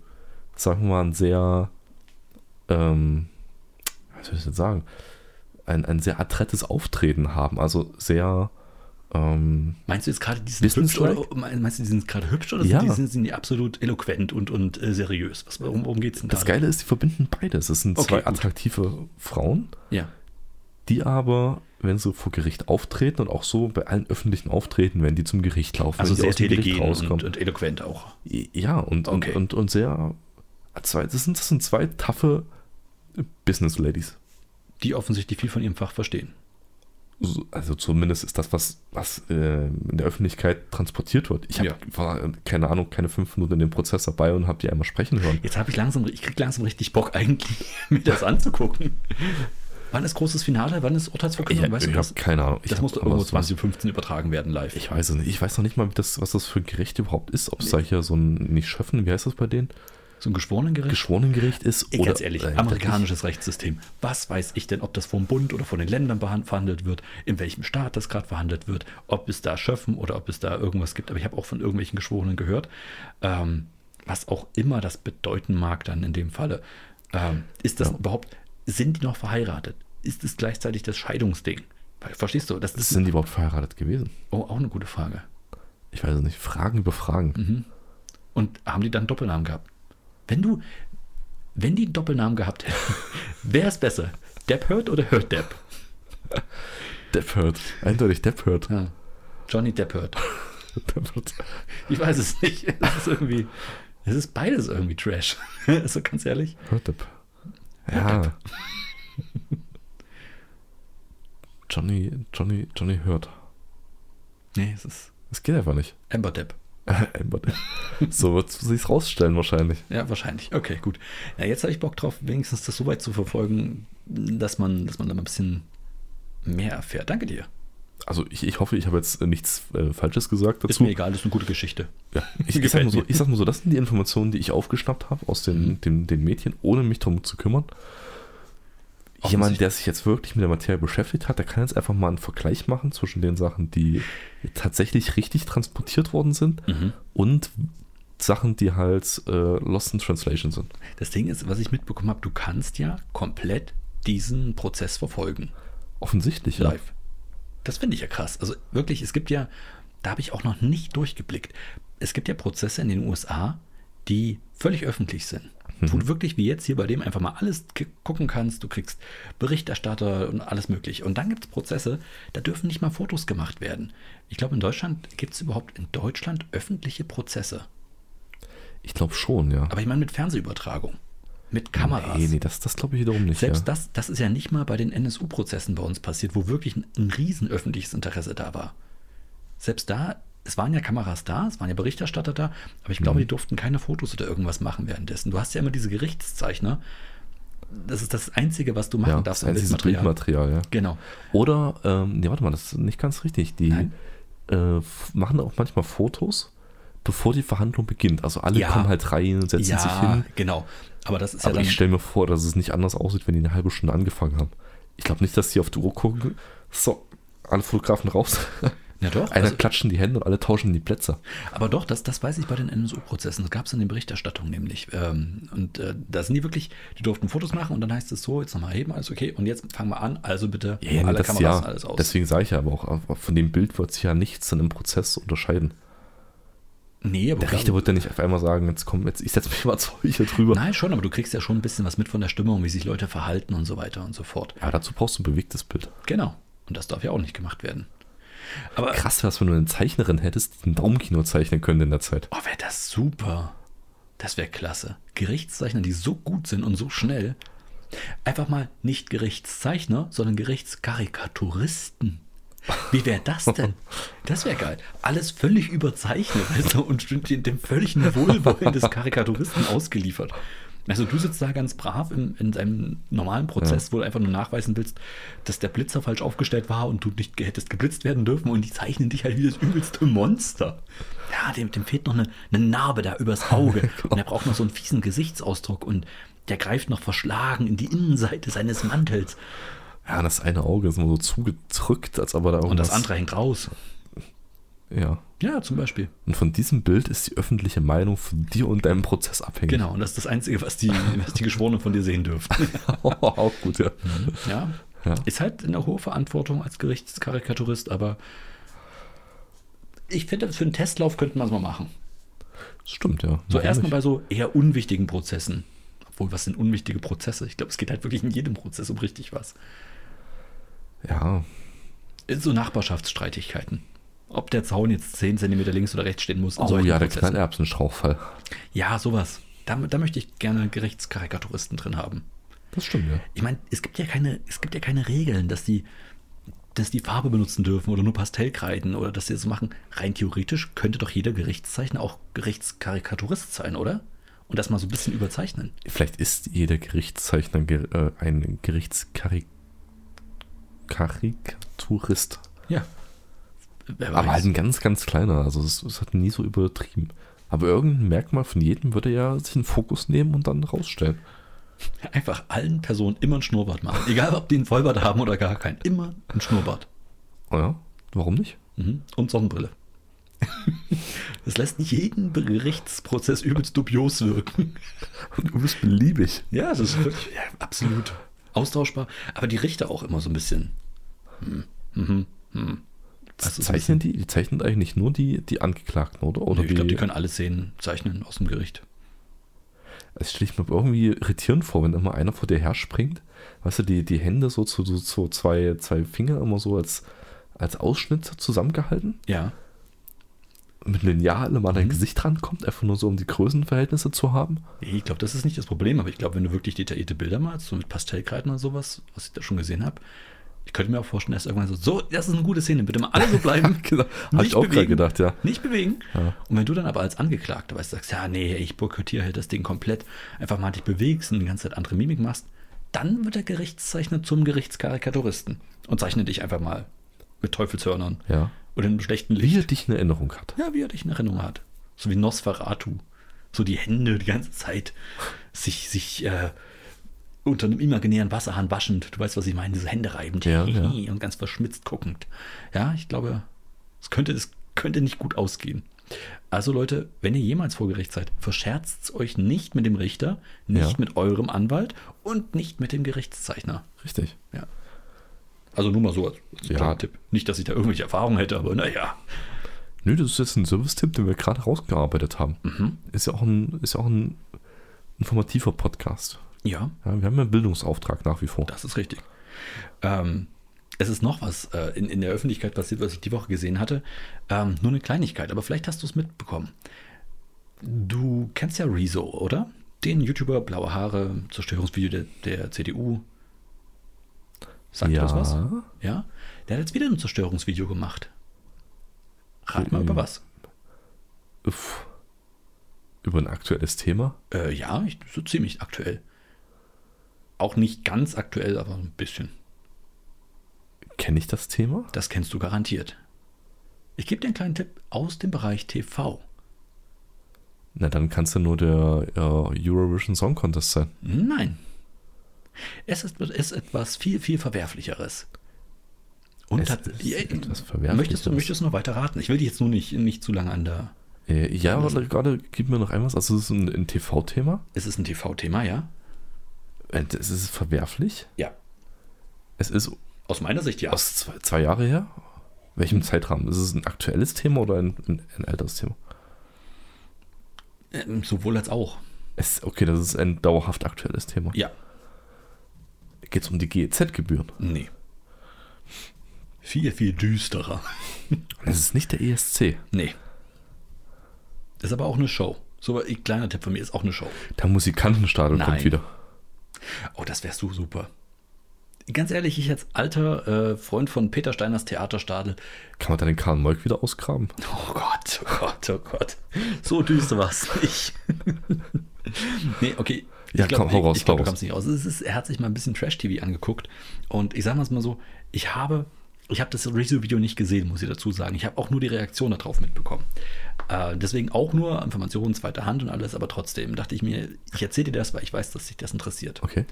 sagen wir mal, ein sehr, ähm, was soll ich denn sagen, ein, ein sehr adrettes Auftreten haben. Also sehr, ähm, Meinst du jetzt gerade, die sind hübsch Businesslike? oder meinst du, die sind gerade hübsch oder Ja. sind, die, sind, sind die absolut eloquent und, und äh, seriös? Was, worum, worum geht es denn da? das Geile ist, die verbinden beides. Es sind Okay, zwei gut. attraktive Frauen. Ja. die aber, wenn sie vor Gericht auftreten und auch so bei allen öffentlichen Auftreten, wenn die zum Gericht laufen, Also wenn die sehr aus dem Gericht telegen und, rauskommen. und eloquent auch. ja, und, Okay. und, und, und sehr. Zwei, das, sind, das sind zwei taffe Business Ladies. Die offensichtlich viel von ihrem Fach verstehen. So- Also zumindest ist das, was, was äh, in der Öffentlichkeit transportiert wird. Ich hab, Ja. war, äh, keine Ahnung, keine fünf Minuten in dem Prozess dabei und habe die einmal sprechen hören. Jetzt habe ich langsam, ich krieg langsam richtig Bock, [laughs] eigentlich mir das anzugucken. Wann ist großes Finale? Wann ist Urteilsverkündung? ich genau, weißt du ich das? habe keine Ahnung. Ich Das hab- musste aber irgendwo es war- 2015 übertragen werden live. Ich weiß es nicht. Ich weiß noch nicht mal, wie das, was das für ein Gericht überhaupt ist. Ob es da hier so ein, nicht Schöffen, wie heißt das bei denen? so ein Geschworenengericht? Geschworenengericht ist Ey, oder ganz ehrlich, Äh, amerikanisches Rechtssystem. Was weiß ich denn, ob das vom Bund oder von den Ländern behand- verhandelt wird, in welchem Staat das gerade verhandelt wird, ob es da Schöffen oder ob es da irgendwas gibt. Aber ich habe auch von irgendwelchen Geschworenen gehört, ähm, was auch immer das bedeuten mag dann in dem Falle. Ähm, ist das überhaupt, sind die noch verheiratet? Ist es gleichzeitig das Scheidungsding? Weil, Verstehst du? Das ist Sind die überhaupt verheiratet gewesen? oh, auch eine gute Frage. Ich weiß es nicht. Fragen über Fragen. Mhm. Und haben die dann Doppelnamen gehabt? Wenn du, wenn die einen Doppelnamen gehabt hätten, [laughs] wäre es besser? Depp Hurt oder Hurt Depp? Depp hört. Eindeutig Depp hört. Ja. Johnny Depp Hurt. Depp hört. Ich weiß es nicht. Es ist irgendwie, es ist beides irgendwie Trash. [laughs] Also ganz ehrlich. Hört Depp. Ja. Johnny, Johnny, Johnny hört. Nee, es ist Es geht einfach nicht. Amber Depp. Amber Depp. so wird sich's rausstellen wahrscheinlich. Ja, wahrscheinlich. Okay, gut. Ja, jetzt habe ich Bock drauf, wenigstens das so weit zu verfolgen, dass man, dass man da mal ein bisschen mehr erfährt. Danke dir. Also ich, ich hoffe, ich habe jetzt äh, nichts äh, Falsches gesagt Ist dazu. mir egal, ist eine gute Geschichte. Ja, ich, ich, Gefällt Mhm. sag mal so, mir. ich sag mal so, das sind die Informationen, die ich aufgeschnappt habe aus den, den, den Medien, ohne mich darum zu kümmern. Jemand, der sich jetzt wirklich mit der Materie beschäftigt hat, der kann jetzt einfach mal einen Vergleich machen zwischen den Sachen, die tatsächlich richtig transportiert worden sind Mhm. und Sachen, die halt äh, Lost in Translation sind. Das Ding ist, was ich mitbekommen habe, du kannst ja komplett diesen Prozess verfolgen. Offensichtlich, ja. live. Das finde ich ja krass. Also wirklich, es gibt ja, da habe ich auch noch nicht durchgeblickt. Es gibt ja Prozesse in den USA, die völlig öffentlich sind. Mhm. Wo du wirklich wie jetzt hier bei dem einfach mal alles k- gucken kannst, du kriegst Berichterstatter und alles mögliche. Und dann gibt es Prozesse, da dürfen nicht mal Fotos gemacht werden. Ich glaube, in Deutschland gibt es überhaupt in Deutschland öffentliche Prozesse. Ich glaube schon, ja. Aber ich meine mit Fernsehübertragung. Mit Kameras. Nee, nee, das, das glaube ich wiederum nicht. Selbst ja. das, das ist ja nicht mal bei den NSU-Prozessen bei uns passiert, wo wirklich ein, ein riesen öffentliches Interesse da war. Selbst da, es waren ja Kameras da, es waren ja Berichterstatter da, aber ich Mhm. glaube, die durften keine Fotos oder irgendwas machen währenddessen. Du hast ja immer diese Gerichtszeichner. Das ist das Einzige, was du machen ja, darfst. das an ist dieses Bildmaterial. Bildmaterial, ja. Genau. Oder, ähm, nee, warte mal, das ist nicht ganz richtig. Die Nein. äh, f- machen auch manchmal Fotos, bevor die Verhandlung beginnt. Also alle Ja. kommen halt rein, setzen sich hin. Ja, genau. Aber das ist Aber ja ich dann. stelle mir vor, dass es nicht anders aussieht, wenn die eine halbe Stunde angefangen haben. Ich glaube nicht, dass die auf die Uhr gucken. So, alle Fotografen raus. [laughs] Ja, doch. Einer Also, klatschen die Hände und alle tauschen die Plätze. aber doch, das, das weiß ich bei den NSU-Prozessen. Das gab es in den Berichterstattungen nämlich. Ähm, und äh, da sind die wirklich, die durften Fotos machen und dann heißt es so, jetzt nochmal heben, alles okay. Und jetzt fangen wir an. Also bitte nee, alle das Kameras ja. und alles aus. Deswegen sage ich ja aber auch, aber von dem Bild wird sich ja nichts in einem Prozess unterscheiden. nee, aber Der klar, Richter wird ja nicht auf einmal sagen, jetzt komm, jetzt, ich setze mich mal zu euch hier drüber. Nein, schon, aber du kriegst ja schon ein bisschen was mit von der Stimmung, wie sich Leute verhalten und so weiter und so fort. Ja, dazu brauchst du ein bewegtes Bild. Genau. Und das darf ja auch nicht gemacht werden. Aber, Krass wär's, wenn du eine Zeichnerin hättest, die ein Daumenkino zeichnen könnte in der Zeit. oh, wäre das super. Das wäre klasse. Gerichtszeichner, die so gut sind und so schnell. Einfach mal nicht Gerichtszeichner, sondern Gerichtskarikaturisten. Wie wäre das denn? Das wäre geil. Alles völlig überzeichnet weißt du, und stünd in dem völligen Wohlwollen des Karikaturisten ausgeliefert. Also du sitzt da ganz brav in, in deinem normalen Prozess, wo du einfach nur nachweisen willst, dass der Blitzer falsch aufgestellt war und du nicht ge- hättest geblitzt werden dürfen und die zeichnen dich halt wie das übelste Monster. Ja, dem, dem fehlt noch eine, eine Narbe da übers Auge und er braucht noch so einen fiesen Gesichtsausdruck und der greift noch verschlagen in die Innenseite seines Mantels Ja, das eine Auge ist immer so zugedrückt, als aber da und irgendwas... das andere hängt raus. Ja. Ja, zum Beispiel. Und von diesem Bild ist die öffentliche Meinung von dir und deinem Prozess abhängig. Genau, und das ist das Einzige, was die, was die Geschworenen von dir sehen dürfen. [laughs] auch gut, ja. Ja. Ja. Ist halt eine hohe Verantwortung als Gerichtskarikaturist, aber ich finde, für einen Testlauf könnte man es mal machen. Stimmt, ja. So Warum erstmal nicht? bei so eher unwichtigen Prozessen. Obwohl, was sind unwichtige Prozesse? Ich glaube, es geht halt wirklich in jedem Prozess um richtig was. Ja, So Nachbarschaftsstreitigkeiten. Ob der Zaun jetzt 10 cm links oder rechts stehen muss. in oh solchen ja, der Prozessen. Knallerbsenstrauchfall. Ja, sowas. Da, da möchte ich gerne Gerichtskarikaturisten drin haben. Das stimmt, ja. Ich meine, es gibt ja keine, es gibt ja keine Regeln, dass die, dass die Farbe benutzen dürfen oder nur Pastellkreiden oder dass sie das machen. Rein theoretisch könnte doch jeder Gerichtszeichner auch Gerichtskarikaturist sein, oder? Und das mal so ein bisschen überzeichnen. Vielleicht ist jeder Gerichtszeichner ge- äh, ein Gerichtskarikaturist. Ja. Wer Aber weiß. halt ein ganz, ganz kleiner. Also es, es hat nie so übertrieben. Aber irgendein Merkmal von jedem würde ja sich einen Fokus nehmen und dann rausstellen. Einfach allen Personen immer einen Schnurrbart machen. Egal, ob die einen Vollbart haben oder gar keinen. Immer einen Schnurrbart. Oh ja, warum nicht? Mhm. Und [laughs] Sonnenbrille. Das lässt nicht jeden Gerichtsprozess übelst dubios wirken. Du bist beliebig. Ja, das ist wirklich ja, absolut Also austauschbar. Aber die Richter auch immer so ein bisschen. Hm. Mhm. Also so ein zeichnen die, die zeichnen eigentlich nur die, die Angeklagten, oder? oder Nee, ich glaube, die können alle Szenen zeichnen aus dem Gericht. Es stelle ich mir irgendwie irritierend vor, wenn immer einer vor dir her springt. Weißt du, die, die Hände so zu, zu, zu zwei, zwei Finger immer so als, als Ausschnitt zusammengehalten. Ja. Mit Lineal immer an Mhm. dein Gesicht rankommt, einfach nur so, um die Größenverhältnisse [laughs] zu haben. Nee, ich glaube, das ist nicht das Problem, aber ich glaube, wenn du wirklich detaillierte Bilder malst, so mit Pastellkreiden oder sowas, was ich da schon gesehen habe, ich könnte mir auch vorstellen, dass irgendwann so, so, das ist eine gute Szene, bitte mal alle so [laughs] bleiben. Genau. Hab ich auch gerade gedacht, ja. Nicht bewegen. Und wenn du dann aber als Angeklagter weißt, sagst, ja, nee, ich boykottiere halt das Ding komplett, einfach mal dich bewegst und die ganze Zeit andere Mimik machst, dann wird der Gerichtszeichner zum Gerichtskarikaturisten und zeichnet dich einfach mal mit Teufelshörnern Ja. oder einem schlechten Licht. Wie er dich in Erinnerung hat. Ja, wie er dich in Erinnerung hat. So wie Nosferatu. So die Hände die ganze Zeit sich, sich äh, unter einem imaginären Wasserhahn waschend. Du weißt, was ich meine, diese Hände reibend. Ja, ja. [laughs] Und ganz verschmitzt guckend. Ja, ich glaube, es könnte, es könnte nicht gut ausgehen. Also Leute, wenn ihr jemals vor Gericht seid, verscherzt euch nicht mit dem Richter, nicht Ja. mit eurem Anwalt und nicht mit dem Gerichtszeichner. Richtig. Ja. Also nur mal so als, als Ja. kleiner Tipp. Nicht, dass ich da irgendwelche Erfahrungen hätte, aber naja. Nö, das ist jetzt ein Service-Tipp, den wir gerade rausgearbeitet haben. Mhm. Ist ja auch ein, ist ja auch ein informativer Podcast. Ja, Ja, wir haben ja einen Bildungsauftrag nach wie vor. Das ist richtig. Ähm, es ist noch was äh, in, in der Öffentlichkeit passiert, was ich die Woche gesehen hatte. Ähm, nur eine Kleinigkeit, aber vielleicht hast du es mitbekommen. Du kennst ja Rezo, oder? den YouTuber Blaue Haare, Zerstörungsvideo der, der CDU. Sagt ja. das was? Ja. Der hat jetzt wieder ein Zerstörungsvideo gemacht. Rat mal Oh. über was. Uff. Über ein aktuelles Thema? Äh, ja, ich, so ziemlich aktuell. Auch nicht ganz aktuell, aber ein bisschen. Kenne ich das Thema? Das kennst du garantiert. Ich gebe dir einen kleinen Tipp aus dem Bereich TV. Na, dann kannst du nur der äh, Eurovision Song Contest sein. Nein. Es ist, ist etwas viel, viel Verwerflicheres. Und Es hat, ist ja, äh, etwas Verwerfliches. möchtest, du, möchtest du noch weiter raten? Ich will dich jetzt nur nicht, nicht zu lange an der. Äh, Mhm. ja, aber gerade gib mir noch einmal was. Also, es ist ein, ein TV-Thema. Es ist ein TV-Thema, ja? Äh, Es ist verwerflich. Ja. Es ist Aus meiner Sicht ja. aus zwei, zwei Jahre her. Welchem Zeitrahmen? Ist es ein aktuelles Thema oder ein, ein, ein älteres Thema? ähm, sowohl als auch. Es, okay, das ist ein dauerhaft aktuelles Thema. Ja. Geht es um die GEZ-Gebühren? Nee. Viel, viel düsterer. Es ist nicht der E ESC. Nee. Ist aber auch eine Show. So ein kleiner Tipp von mir ist auch eine Show. Der Musikantenstadion Nein. kommt wieder. Oh, das wärst du super. Ganz ehrlich, ich als alter äh, Freund von Peter Steiners Theaterstadel. Kann man dann den Karl Molk wieder ausgraben? Oh Gott, oh Gott, oh Gott. So düster war es nicht. [laughs] nee, okay. Ja, ich glaub, komm, hau raus, ich, ich glaub, hau du raus. kommst nicht raus. Es ist, er hat sich mal ein bisschen Trash-TV angeguckt. Und ich sage mal so, ich habe, ich habe das Rezo-Video nicht gesehen, muss ich dazu sagen. Ich habe auch nur die Reaktion darauf mitbekommen. Äh, deswegen auch nur Informationen zweiter Hand und alles, aber trotzdem dachte ich mir, ich erzähle dir das, weil ich weiß, dass dich das interessiert. Okay.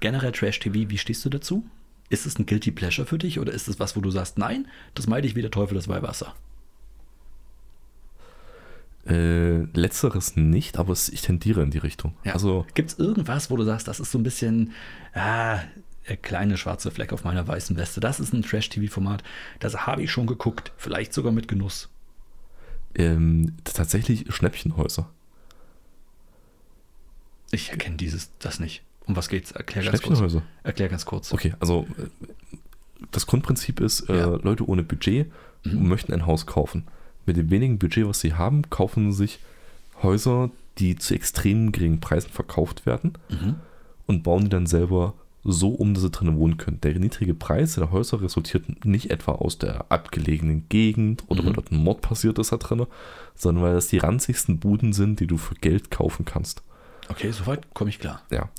generell Trash-TV, wie stehst du dazu? Ist es ein Guilty Pleasure für dich oder ist es was, wo du sagst, nein, das meide ich wie der Teufel das Weihwasser? Äh, letzteres nicht, aber es, ich tendiere in die Richtung. Ja. Also, Gibt es irgendwas, wo du sagst, das ist so ein bisschen ah, der kleine schwarze Fleck auf meiner weißen Weste? Das ist ein Trash-TV-Format, das habe ich schon geguckt, vielleicht sogar mit Genuss. ähm, tatsächlich Schnäppchenhäuser. Ich erkenne dieses, das nicht. Um was geht's? Erklär ganz kurz. Schnäppchenhäuser. Erklär ganz kurz. Okay, also äh, das Grundprinzip ist, äh, Ja. Mhm. Leute ohne Budget möchten ein Haus kaufen. Mit dem wenigen Budget, was sie haben, kaufen sie sich Häuser, die zu extrem geringen Preisen verkauft werden Mhm. und bauen die dann selber so um, dass sie drinnen wohnen können. Der niedrige Preis der Häuser resultiert nicht etwa aus der abgelegenen Gegend oder weil dort ein Mord passiert ist da drinnen, sondern weil das die ranzigsten Buden sind, die du für Geld kaufen kannst. Okay, soweit komme ich klar. Ja.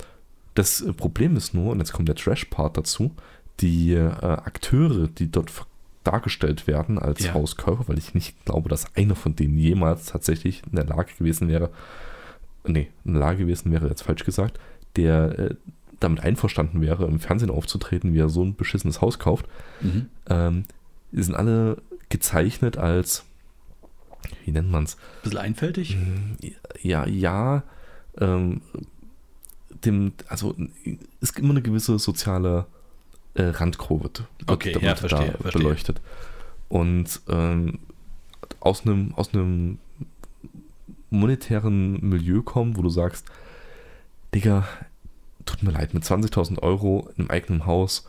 Das äh, Problem ist nur, und jetzt kommt der Trash-Part dazu, die äh, Akteure, die dort ver- dargestellt werden als Ja. Hauskäufer, weil ich nicht glaube, dass einer von denen jemals tatsächlich in der Lage gewesen wäre, nee, in der Lage gewesen wäre, jetzt falsch gesagt, der äh, damit einverstanden wäre, im Fernsehen aufzutreten, wie er so ein beschissenes Haus kauft, Mhm. ähm, die sind alle gezeichnet als, wie nennt man's? Bisschen einfältig? Mhm. ja, ja, ähm, dem, also es gibt immer eine gewisse soziale äh, Randkurve. d- wird- Okay, wird ja, verstehe, da verstehe. beleuchtet. Und ähm, aus einem aus einem monetären Milieu kommen, wo du sagst, Digga, tut mir leid, mit 20.000 Euro im eigenen Haus,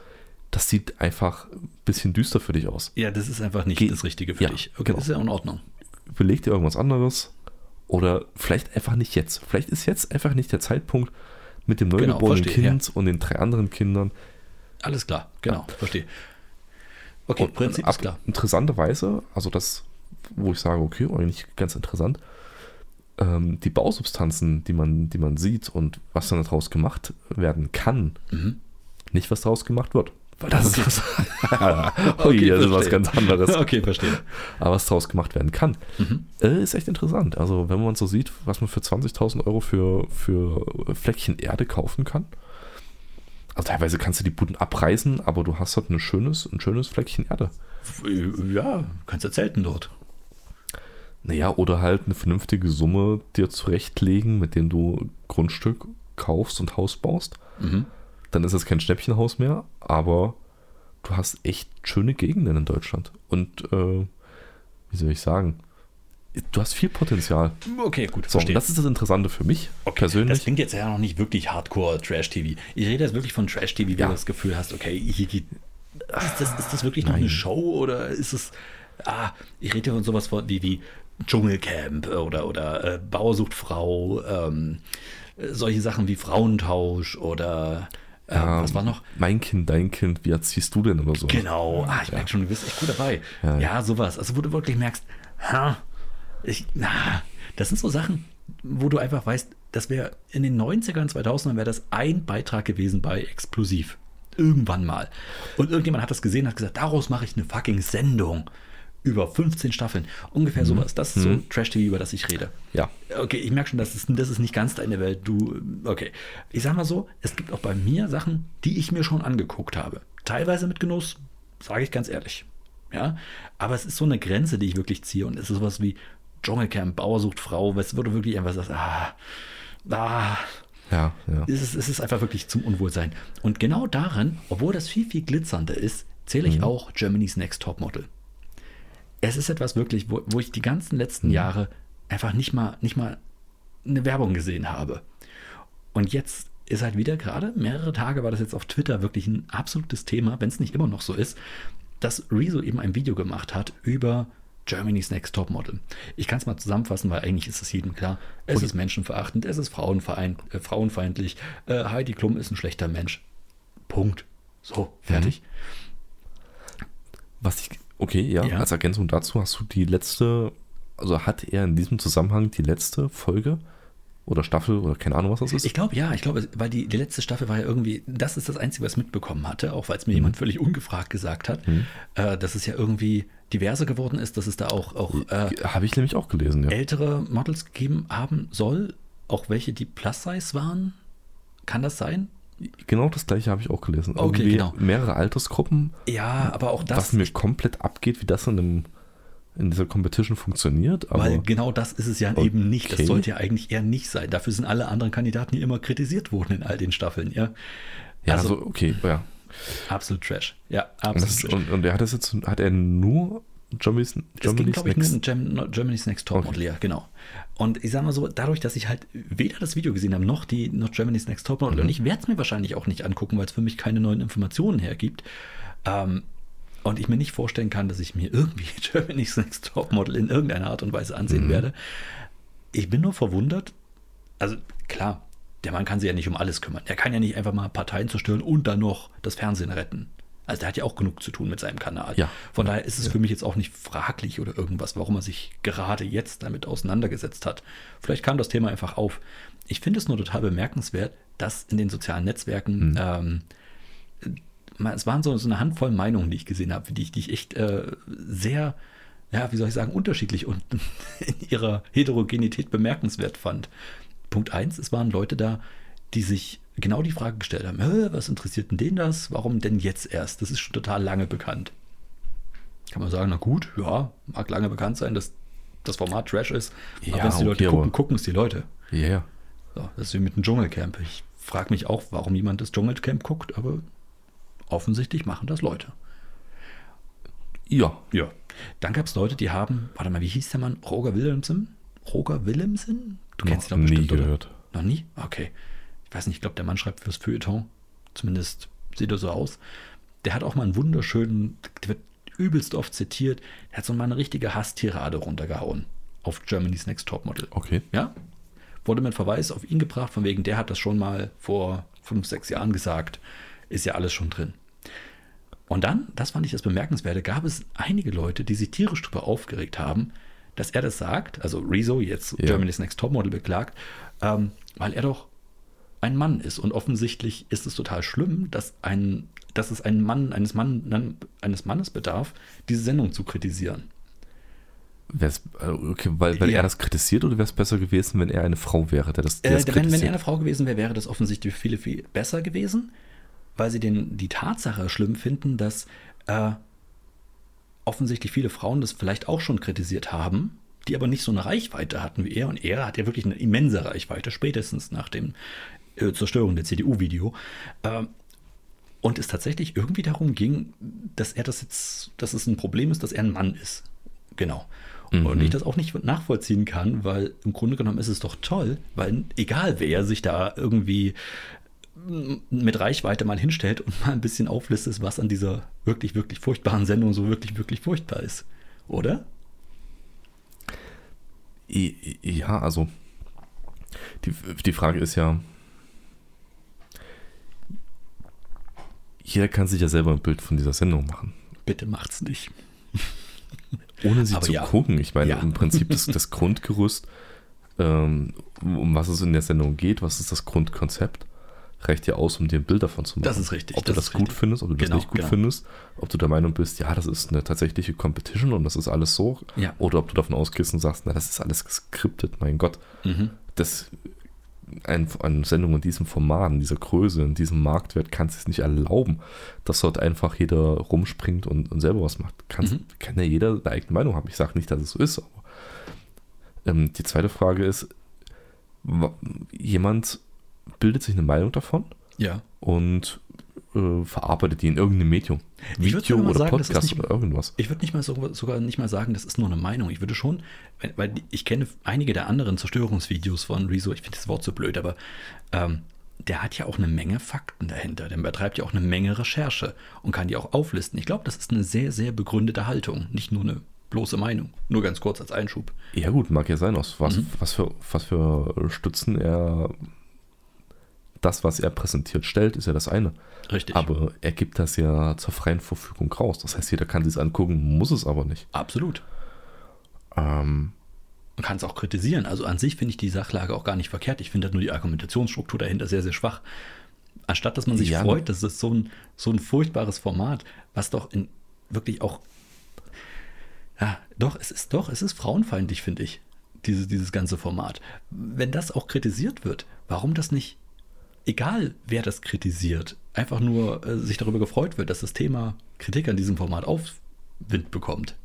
das sieht einfach ein bisschen düster für dich aus. Ja, das ist einfach nicht Ge- das Richtige für Ja, dich. Okay, genau. das ist ja in Ordnung. überleg dir irgendwas anderes. Oder vielleicht einfach nicht jetzt. Vielleicht ist jetzt einfach nicht der Zeitpunkt mit dem Genau, neugeborenen verstehe, Kind und den drei anderen Kindern. Alles klar, genau, verstehe. Okay, und Prinzip ab- ist klar. Interessanterweise, also das, wo ich sage, okay, eigentlich ganz interessant, ähm, die Bausubstanzen, die man, die man sieht und was dann daraus gemacht werden kann, [laughs] Mhm. nicht was daraus gemacht wird. [laughs] Weil Okay. was. [laughs] oh, Okay, hier ist was verstehe. ganz anderes. [laughs] Okay, verstehe. Aber was daraus gemacht werden kann, Mhm. äh, ist echt interessant. Also, wenn man so sieht, was man für 20.000 Euro für, für Fleckchen Erde kaufen kann. Also, teilweise kannst du die Buden abreißen, aber du hast halt ein schönes, ein schönes Fleckchen Erde. Ja, kannst ja zelten dort. Naja, oder halt eine vernünftige Summe dir zurechtlegen, mit dem du Grundstück kaufst und Haus baust. Mhm. Dann ist es kein Schnäppchenhaus mehr, aber du hast echt schöne Gegenden in Deutschland. Und, äh, wie soll ich sagen, du hast viel Potenzial. Okay, gut, So, und verstehe. das ist das Interessante für mich okay, Das persönlich. klingt jetzt ja noch nicht wirklich Hardcore Trash-TV. Ich rede jetzt wirklich von Trash-TV, wie Ja. du das Gefühl hast, okay, hier geht. Ist das, ist das wirklich noch eine Show oder ist es. Ah, ich rede ja von sowas von, wie, wie Dschungelcamp oder, oder äh, Bauer sucht Frau, ähm, äh, solche Sachen wie Frauentausch oder äh, was Ähm, war noch? Mein Kind, dein Kind, wie erziehst du denn immer so? Genau, ah, ich merke schon, du bist echt gut dabei. Ja, Ja. sowas. Also, wo du wirklich merkst, ha, ich, na, das sind so Sachen, wo du einfach weißt, das wäre in den 90ern, 2000ern wäre das ein Beitrag gewesen bei Explosiv. Irgendwann mal. Und irgendjemand hat das gesehen und hat gesagt, daraus mache ich eine fucking Sendung. Über 15 Staffeln. Ungefähr sowas. Das ist so Trash-TV, über das ich rede. Ja. Okay, ich merke schon, das ist, das ist nicht ganz deine Welt. Du, okay. Ich sag mal so, es gibt auch bei mir Sachen, die ich mir schon angeguckt habe. Teilweise mit Genuss, sage ich ganz ehrlich. Ja, aber es ist so eine Grenze, die ich wirklich ziehe. Und es ist sowas wie Dschungelcamp, Bauer sucht Frau, was würde wirklich einfach sagst, ah, ah, Ja, ja. es ist, es ist einfach wirklich zum Unwohlsein. Und genau darin, obwohl das viel, viel glitzernder ist, zähle ich auch Germany's Next Topmodel. Es ist etwas wirklich, wo, wo ich die ganzen letzten Jahre einfach nicht mal, nicht mal eine Werbung gesehen habe. Und jetzt ist halt wieder gerade, mehrere Tage war das jetzt auf Twitter wirklich ein absolutes Thema, wenn es nicht immer noch so ist, dass Rezo eben ein Video gemacht hat über Germany's Next Topmodel. Ich kann es mal zusammenfassen, weil eigentlich ist es jedem klar. Es ist menschenverachtend, es ist frauenverein, äh, frauenfeindlich, äh, Heidi Klum ist ein schlechter Mensch. Punkt. So, fertig. Was ich, okay, ja, Ja. als Ergänzung dazu hast du die letzte, also hat er in diesem Zusammenhang die letzte Folge oder Staffel oder keine Ahnung, was das ist? Ich glaube, ja, ich glaube, es- weil die, die letzte Staffel war ja irgendwie, das ist das Einzige, was ich mitbekommen hatte, auch weil es mir jemand Mhm. völlig ungefragt gesagt hat, äh, dass es ja irgendwie diverser geworden ist, dass es da auch, auch äh, Habe ich nämlich auch gelesen, ja. ältere Models gegeben haben soll, auch welche, die Plus-Size waren. Kann das sein? Genau das gleiche habe ich auch gelesen. Okay, Irgendwie genau. mehrere Altersgruppen, Ja, aber auch das, was mir komplett abgeht, wie das in, einem, in dieser Competition funktioniert. Aber weil genau das ist es ja eben nicht. Das Okay. sollte ja eigentlich eher nicht sein. Dafür sind alle anderen Kandidaten, die immer kritisiert wurden in all den Staffeln. Ja, ja, also- also, okay, ja. absolut Trash. Ja, Und, absolut das, Trash. und, und er hat das jetzt, hat er nur Germany's, Es ging, Germany's glaube ich, nur um Next. Gem Germany's Next Topmodel, ja, genau. Und ich sage mal so, dadurch, dass ich halt weder das Video gesehen habe, noch die noch Germany's Next Topmodel, Mhm. und ich werde es mir wahrscheinlich auch nicht angucken, weil es für mich keine neuen Informationen hergibt. Ähm, und ich mir nicht vorstellen kann, dass ich mir irgendwie [laughs] Germany's Next Topmodel in irgendeiner Art und Weise ansehen Mhm. werde. Ich bin nur verwundert, also klar, der Mann kann sich ja nicht um alles kümmern. Er kann ja nicht einfach mal Parteien zerstören und dann noch das Fernsehen retten. Also der hat ja auch genug zu tun mit seinem Kanal. Ja. Von daher ist es für mich jetzt auch nicht fraglich oder irgendwas, warum er sich gerade jetzt damit auseinandergesetzt hat. Vielleicht kam das Thema einfach auf. Ich finde es nur total bemerkenswert, dass in den sozialen Netzwerken Mhm. ähm, mal- es waren so, so eine Handvoll Meinungen, die ich gesehen habe, die ich, die ich echt äh, sehr, ja, wie soll ich sagen, unterschiedlich und [laughs] in ihrer Heterogenität bemerkenswert fand. Punkt eins, es waren Leute da, die sich genau die Frage gestellt haben, "Hä, was interessiert denn den das? Warum denn jetzt erst? Das ist schon total lange bekannt. Kann man sagen, na gut, ja, mag lange bekannt sein, dass das Format Trash ist. aber Ja, wenn es die Leute okay, aber- gucken, gucken es die Leute. Ja, ja. So, das ist wie mit dem Dschungelcamp. Ich frage mich auch, warum jemand das Dschungelcamp guckt, aber offensichtlich machen das Leute. Ja, Ja. Dann gab es Leute, die haben, warte mal, wie hieß der Mann? Roger Willemsen? Roger Willemsen? Du kennst ihn noch doch nie bestimmt, oder? gehört. Noch nie? Okay. Ich weiß nicht, ich glaube, der Mann schreibt fürs Feuilleton. Zumindest sieht er so aus. Der hat auch mal einen wunderschönen, der wird übelst oft zitiert, der hat so mal eine richtige Hasstirade runtergehauen auf Germany's Next Topmodel. Okay. Ja? Wurde mit Verweis auf ihn gebracht, von wegen, der hat das schon mal vor fünf, sechs Jahren gesagt. Ist ja alles schon drin. Und dann, das fand ich das Bemerkenswerte, gab es einige Leute, die sich tierisch darüber aufgeregt haben, dass er das sagt, also Rezo, jetzt Ja. Germany's Next Topmodel beklagt, ähm, weil er doch ein Mann ist. Und offensichtlich ist es total schlimm, dass, ein, dass es einen Mann, eines, Mann, eines Mannes bedarf, diese Sendung zu kritisieren. Wär's, äh, okay, weil, weil Ja. er das kritisiert oder wäre es besser gewesen, wenn er eine Frau wäre, der das, die Äh, das wenn, wenn er kritisiert? eine Frau gewesen wäre, wäre das offensichtlich für viele viel besser gewesen, weil sie den, die Tatsache schlimm finden, dass äh, offensichtlich viele Frauen das vielleicht auch schon kritisiert haben, die aber nicht so eine Reichweite hatten wie er. Und er hat ja wirklich eine immense Reichweite, spätestens nach dem äh, Zerstörung der CDU-Video. Ähm, und es tatsächlich irgendwie darum ging, dass er das jetzt, dass es ein Problem ist, dass er ein Mann ist. Genau. Mhm. Und ich das auch nicht nachvollziehen kann, weil im Grunde genommen ist es doch toll, weil egal wer sich da irgendwie mit Reichweite mal hinstellt und mal ein bisschen auflistet, was an dieser wirklich, wirklich furchtbaren Sendung so wirklich, wirklich furchtbar ist. Oder? I- i- Ja, also die, die Frage ist ja, jeder kann sich ja selber ein Bild von dieser Sendung machen. Bitte macht's nicht. Ohne sie Aber zu ja. gucken. Ich meine, Ja. im [laughs] Prinzip das, das Grundgerüst, ähm, um was es in der Sendung geht, was ist das Grundkonzept, reicht ja aus, um dir ein Bild davon zu machen. Das ist richtig, Ob du das das, ist gut richtig. findest, ob du Genau, das nicht gut genau. findest, ob du der Meinung bist, ja, das ist eine tatsächliche Competition und das ist alles so. Ja. Oder ob du davon ausgehst und sagst, na, das ist alles geskriptet, mein Gott. Mhm. das ein, eine Sendung in diesem Format, in dieser Größe, in diesem Marktwert kann es nicht erlauben, dass dort einfach jeder rumspringt und, und selber was macht. Kann's, Mhm. Kann ja jeder eine eigene Meinung haben. Ich sage nicht, dass es so ist, aber ähm, die zweite Frage ist, wa- jemand bildet sich eine Meinung davon Ja. und äh, verarbeitet die in irgendeinem Medium. Ich würd Video sogar mal oder sagen, das ist Podcast nicht- oder irgendwas. Ich würde nicht mal so, sogar nicht mal sagen, das ist nur eine Meinung. Ich würde schon, wenn- weil die- ich kenne einige der anderen Zerstörungsvideos von Rezo, ich finde das Wort so blöd, aber ähm, der hat ja auch eine Menge Fakten dahinter. Der betreibt ja auch eine Menge Recherche und kann die auch auflisten. Ich glaube, das ist eine sehr, sehr begründete Haltung, nicht nur eine bloße Meinung. Nur ganz kurz als Einschub. Ja gut, mag ja sein, aus was, was, für, was für äh, Stützen er das, was er präsentiert, stellt, ist ja das eine. Richtig. Aber er gibt das ja zur freien Verfügung raus. Das heißt, jeder kann sich angucken, muss es aber nicht. Absolut. Ähm, Man kann es auch kritisieren. Also an sich finde ich die Sachlage auch gar nicht verkehrt. Ich finde halt nur die Argumentationsstruktur dahinter sehr, sehr schwach. Anstatt dass man sich Ja. freut, dass es so ein, so ein furchtbares Format, was doch in wirklich auch. Ja, doch, es ist doch, es ist frauenfeindlich, finde ich, diese, dieses ganze Format. Wenn das auch kritisiert wird, warum das nicht, egal wer das kritisiert, einfach nur äh, sich darüber gefreut wird, dass das Thema Kritik an diesem Format Aufwind bekommt.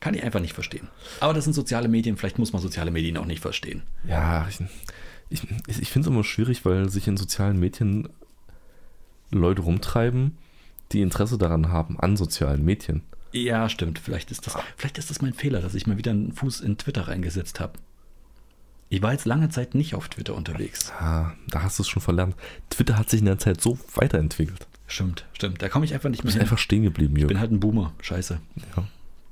Kann ich einfach nicht verstehen. Aber das sind soziale Medien, vielleicht muss man soziale Medien auch nicht verstehen. ja, ich, ich, ich finde es immer schwierig, weil sich in sozialen Medien Leute rumtreiben, die Interesse daran haben, an sozialen Medien. Ja, stimmt. Vielleicht ist das, vielleicht ist das mein Fehler, dass ich mal wieder einen Fuß in Twitter reingesetzt habe. Ich war jetzt lange Zeit nicht auf Twitter unterwegs. Ah, da hast du es schon verlernt. Twitter hat sich in der Zeit so weiterentwickelt. Stimmt, stimmt. Da komme ich einfach nicht Du mehr bist [laughs] hin. einfach stehen geblieben, Ich bin Jürgen. halt ein Boomer. Scheiße. Ja.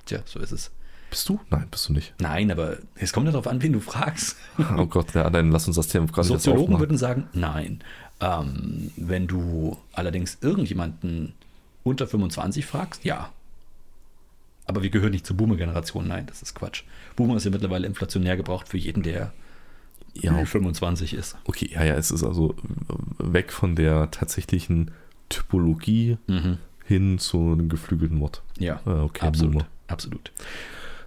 Tja, so ist es. Bist du? Nein, bist du nicht. Nein, aber es kommt ja darauf an, wen du fragst. Oh Gott, ja, dann lass uns das Thema gerade jetzt Soziologen aufmachen. würden sagen, nein. Ähm, wenn du allerdings irgendjemanden unter 25 fragst, ja. Aber wir gehören nicht zur Boomer-Generation, nein, das ist Quatsch. Boomer ist ja mittlerweile inflationär gebraucht für jeden, der Ja, 25 ist. okay, ja, ja, es ist also weg von der tatsächlichen Typologie Mhm. hin zu einem geflügelten Wort. Ja, Ah, okay, absolut. Boomer. Absolut.